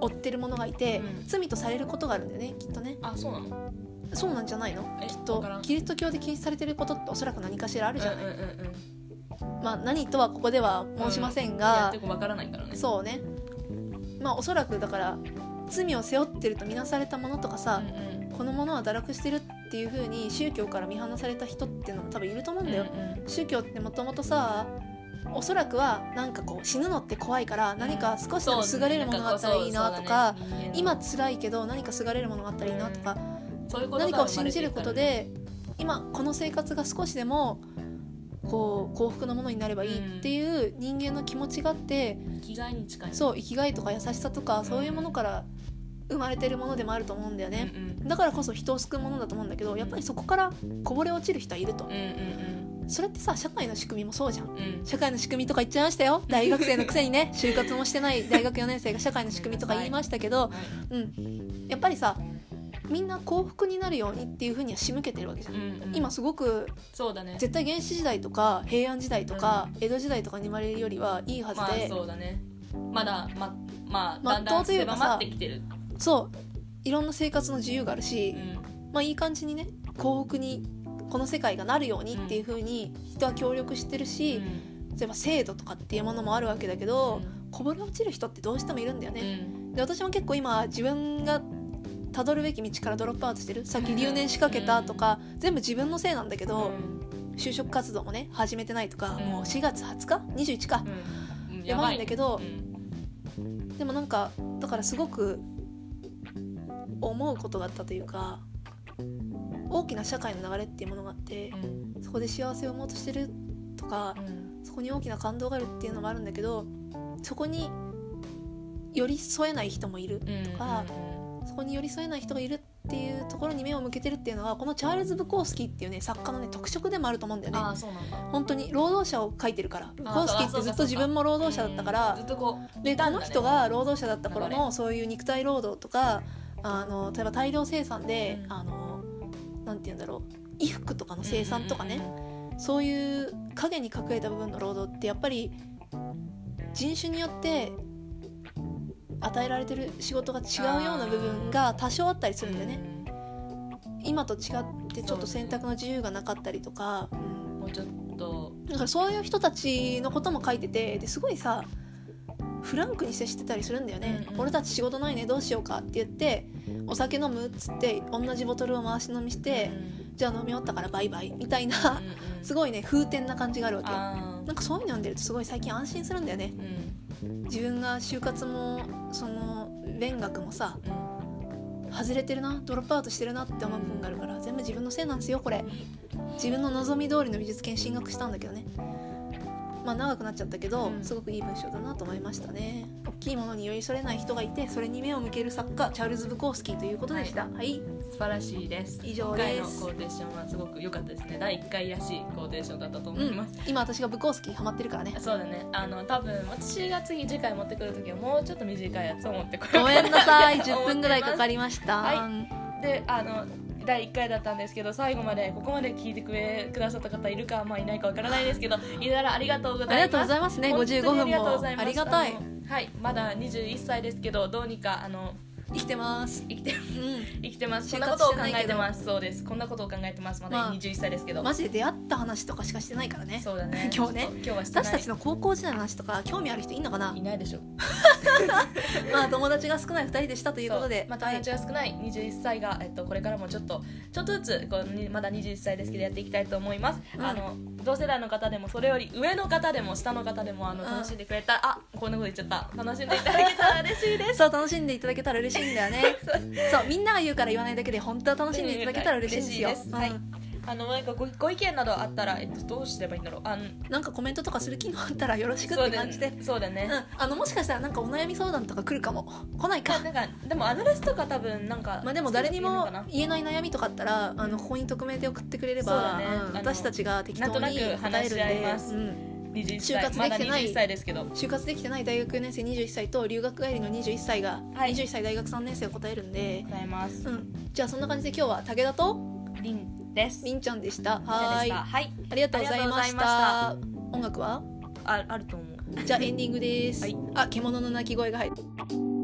[SPEAKER 2] 負ってる者がいて、
[SPEAKER 1] うん
[SPEAKER 2] 罪とされることがあるんだよねきっとね
[SPEAKER 1] あそうなの
[SPEAKER 2] そうなんじゃないの
[SPEAKER 1] え
[SPEAKER 2] きっ
[SPEAKER 1] わ
[SPEAKER 2] と
[SPEAKER 1] からん
[SPEAKER 2] キリスト教で禁止されてることっておそらく何かしらあるじゃない、
[SPEAKER 1] うんうんうんうん
[SPEAKER 2] まあ何とはここでは申しませ
[SPEAKER 1] やっ
[SPEAKER 2] んが
[SPEAKER 1] て、るかわからないからね
[SPEAKER 2] そうねまあおそらくだから罪を背負ってると見なされたものとかさ
[SPEAKER 1] う、ん
[SPEAKER 2] このものは堕落してるっていう風に宗教から見放された人っていうのも多分いると思う
[SPEAKER 1] うんん
[SPEAKER 2] だよ、
[SPEAKER 1] うんうん
[SPEAKER 2] 宗教ってもともとさおそらくはなんかこう死ぬのって怖いから何か少しでもすがれるものがあったらいいなとか、
[SPEAKER 1] そうそうだね人間
[SPEAKER 2] 今
[SPEAKER 1] の
[SPEAKER 2] 辛いけど何かすがれるものがあったらいいなとか、
[SPEAKER 1] そういうこと
[SPEAKER 2] 何
[SPEAKER 1] が
[SPEAKER 2] かを
[SPEAKER 1] 生ま
[SPEAKER 2] 信
[SPEAKER 1] れ
[SPEAKER 2] じ
[SPEAKER 1] てい
[SPEAKER 2] る
[SPEAKER 1] く
[SPEAKER 2] こ
[SPEAKER 1] から
[SPEAKER 2] と
[SPEAKER 1] ね
[SPEAKER 2] で今この生活が少しでもこう幸福なものになればいいっていう人間の気持ちがあって、
[SPEAKER 1] 生きがいに近い
[SPEAKER 2] そう生きがいとか優しさとかそういうものから生まれてるものでもあると思うんだよ
[SPEAKER 1] うんう
[SPEAKER 2] ね。
[SPEAKER 1] ん
[SPEAKER 2] だからこそ人を救うものだと思うんだけどやっぱりそこからこぼれ落ちる人はいると
[SPEAKER 1] うんうん
[SPEAKER 2] それってさ社会の仕組みもそうじゃん
[SPEAKER 1] うんうん
[SPEAKER 2] 社会の仕組みとか言っちゃいましたよ大学生のくせにね就活もしてない大学4年生が社会の仕組みとか言いましたけど、
[SPEAKER 1] はい
[SPEAKER 2] うん、やっぱりさみんな幸福になるようにっていうふうには仕向けてるわけじゃん
[SPEAKER 1] うんうん
[SPEAKER 2] 今すごく
[SPEAKER 1] そうだね
[SPEAKER 2] 絶対原始時代とか平安時代とか江戸時代とかに生まれるよりはいいはず
[SPEAKER 1] まあ
[SPEAKER 2] で、
[SPEAKER 1] そうだねまだままあ
[SPEAKER 2] ま
[SPEAKER 1] だ
[SPEAKER 2] っ
[SPEAKER 1] ん
[SPEAKER 2] と
[SPEAKER 1] だ
[SPEAKER 2] うんというか
[SPEAKER 1] 狭
[SPEAKER 2] さ
[SPEAKER 1] まってきてる
[SPEAKER 2] そういろんな生活の自由があるし、
[SPEAKER 1] うん
[SPEAKER 2] まあ、いい感じにね幸福にこの世界がなるようにっていうふうに人は協力してるし、例えば制度とかっていうものもあるわけだけど、こぼれ落ちる人ってどうしてもいるんだよ
[SPEAKER 1] う
[SPEAKER 2] ね。
[SPEAKER 1] ん
[SPEAKER 2] で私も結構今自分がたどるべき道からドロップアウトしてるさっき留年しかけたとか全部自分のせいなんだけど就職活動もね始めてないとか
[SPEAKER 1] うん
[SPEAKER 2] もう4月20日21か
[SPEAKER 1] うんうん
[SPEAKER 2] やばいんだけど
[SPEAKER 1] うん
[SPEAKER 2] でもなんかだからすごく思うことがあったというか大きな社会の流れっていうものがあって
[SPEAKER 1] うん
[SPEAKER 2] そこで幸せを思おうとしてるとか
[SPEAKER 1] うん
[SPEAKER 2] そこに大きな感動があるっていうのもあるんだけどそこに寄り添えない人もいる
[SPEAKER 1] うん
[SPEAKER 2] とか
[SPEAKER 1] うんうん
[SPEAKER 2] そこに寄り添えない人がいるっていうところに目を向けてるっていうのはこのチャールズ・ブコースキーっていうね作家のね特色でもあると思うんだよね
[SPEAKER 1] ああそうなんだ
[SPEAKER 2] 本当に労働者を書いてるからブコースキーってずっと自分も労働者だったか
[SPEAKER 1] ず
[SPEAKER 2] ら
[SPEAKER 1] っとこう
[SPEAKER 2] でこの人が労働者だった頃
[SPEAKER 1] 流
[SPEAKER 2] のそういう肉体労働とかあの例えば大量生産で
[SPEAKER 1] うん
[SPEAKER 2] あのなんて言うんだろう衣服とかの生産とか
[SPEAKER 1] うん
[SPEAKER 2] ね
[SPEAKER 1] うんうんうん
[SPEAKER 2] そういう影に隠れた部分の労働ってやっぱり人種によって与えられてる仕事が違うような部分が多少あったりするんだよね今と違ってちょっと選択の自由がなかったりとか、うん
[SPEAKER 1] もうちょっと
[SPEAKER 2] だからそういう人たちのことも書いててですごいさフランクに接してたりするんだよね、
[SPEAKER 1] うんうん
[SPEAKER 2] 俺たち仕事ないねどうしようかって言ってお酒飲むっつって同じボトルを回し飲みして、じゃあ飲み終わったからバイバイみたいな、す
[SPEAKER 1] ごい
[SPEAKER 2] ごいね風天な感じがあるわけよ
[SPEAKER 1] あ
[SPEAKER 2] なんかそういうの読んでるとすごい最近安心するんだよね
[SPEAKER 1] ーうん
[SPEAKER 2] 自分が就活もその勉学もさ
[SPEAKER 1] うん
[SPEAKER 2] 外れてるなドロップアウトしてるなって思う部分があるから全部自分のせいなんですよこれ自分の望み通りの美術系に進学したんだけどねまあ長くなっちゃったけど、
[SPEAKER 1] うん
[SPEAKER 2] すごくいい文章だなと思いましたね大きいものに寄り添えない人がいてそれに目を向ける作家チャールズ・ブコースキーということでしたはい、
[SPEAKER 1] 素晴らしいです
[SPEAKER 2] 以上
[SPEAKER 1] 今回
[SPEAKER 2] です
[SPEAKER 1] のコーテーションはすごく良かったですね第1回らしいコーテーションだったと思
[SPEAKER 2] う
[SPEAKER 1] います
[SPEAKER 2] ん、今私がブコースキーハマってるからね
[SPEAKER 1] そうだねあの多分私が次次回持ってくる時はもうちょっと短いやつを持ってこよう
[SPEAKER 2] ごめんなさい10分ぐらいかかりました、
[SPEAKER 1] はいであの第1回だったんですけど最後までここまで聞いてくれくださった方いるかまあいないかわからないですけどいたらありがとうございます
[SPEAKER 2] ありがとうございますね
[SPEAKER 1] 本当に
[SPEAKER 2] 55分も
[SPEAKER 1] ありがとうございます
[SPEAKER 2] ありがたい
[SPEAKER 1] あのはいまだ21歳ですけどどうにかあの
[SPEAKER 2] 生きてます
[SPEAKER 1] 生きて
[SPEAKER 2] う
[SPEAKER 1] 生きてますこ
[SPEAKER 2] 就
[SPEAKER 1] んなこと
[SPEAKER 2] 活
[SPEAKER 1] を
[SPEAKER 2] し
[SPEAKER 1] 考
[SPEAKER 2] てない
[SPEAKER 1] え
[SPEAKER 2] けど
[SPEAKER 1] てますそうですこんなことを考えてますま
[SPEAKER 2] ま
[SPEAKER 1] だ
[SPEAKER 2] あ
[SPEAKER 1] 21歳ですけど、
[SPEAKER 2] んマジで出会った話とかしかしてないからね
[SPEAKER 1] そうだね
[SPEAKER 2] 今日ね
[SPEAKER 1] ちょっと今日はしてない
[SPEAKER 2] 私たちの高校時代の話とか興味ある人いんのかない
[SPEAKER 1] ないでしょ
[SPEAKER 2] まあ友達が少ない2人でしたということで
[SPEAKER 1] そうまた友達が少ない21歳が、えっと、これからもちょっとちょっとずつこうにまだ21歳ですけどやっていきたいと思います、
[SPEAKER 2] うん
[SPEAKER 1] あの同世代の方でもそれより上の方でも下の方でもあの
[SPEAKER 2] うん
[SPEAKER 1] 楽しんでくれたら、あこんなこと言っちゃった楽しんでいただけたら嬉しいです
[SPEAKER 2] はいそう楽しんでいただけたら嬉しいんだ よねそうみんなが言うから言わないだけで本当 は楽しんでいただけたら嬉しいんですよ、
[SPEAKER 1] 嬉しいですはい
[SPEAKER 2] うん
[SPEAKER 1] あの何かごご意見などあったら、えっと、どうすればいいんだろうあの
[SPEAKER 2] なんかコメントとかする機能あったらよろしくっ
[SPEAKER 1] そう
[SPEAKER 2] て
[SPEAKER 1] だ
[SPEAKER 2] 感じで
[SPEAKER 1] ねそうだね、
[SPEAKER 2] うん、あのもしかしたらなんかお悩み相談とか来るかも来ないか
[SPEAKER 1] なんかでもアドレスとか多分なんか
[SPEAKER 2] まあでも誰に
[SPEAKER 1] いいの
[SPEAKER 2] も
[SPEAKER 1] かな
[SPEAKER 2] 言えない悩みとかあったらあのここに匿名で送ってくれれ
[SPEAKER 1] そうだ
[SPEAKER 2] ば、
[SPEAKER 1] ね
[SPEAKER 2] うん
[SPEAKER 1] あの
[SPEAKER 2] 私たちが適当に
[SPEAKER 1] な
[SPEAKER 2] 答
[SPEAKER 1] んと
[SPEAKER 2] え
[SPEAKER 1] な
[SPEAKER 2] る
[SPEAKER 1] く
[SPEAKER 2] ん
[SPEAKER 1] 話し合い
[SPEAKER 2] で
[SPEAKER 1] ます
[SPEAKER 2] うん
[SPEAKER 1] 21
[SPEAKER 2] 就
[SPEAKER 1] 歳
[SPEAKER 2] 活で
[SPEAKER 1] ま
[SPEAKER 2] き
[SPEAKER 1] だ
[SPEAKER 2] てない
[SPEAKER 1] 21歳ですけど
[SPEAKER 2] 就活できてない大学4年生21歳と留学帰りの21歳が
[SPEAKER 1] はい
[SPEAKER 2] 21歳大学3年生を答えるんで、
[SPEAKER 1] ございます
[SPEAKER 2] うん、じゃあそんな感じで今日は武田と
[SPEAKER 1] りんです
[SPEAKER 2] りんちゃんでした
[SPEAKER 1] 以上
[SPEAKER 2] は
[SPEAKER 1] で
[SPEAKER 2] ーい
[SPEAKER 1] したはい
[SPEAKER 2] ありがとうございました
[SPEAKER 1] あ
[SPEAKER 2] 音楽は
[SPEAKER 1] ああると思う
[SPEAKER 2] じゃあエンディングです、
[SPEAKER 1] はい
[SPEAKER 2] あ獣の鳴き声が入る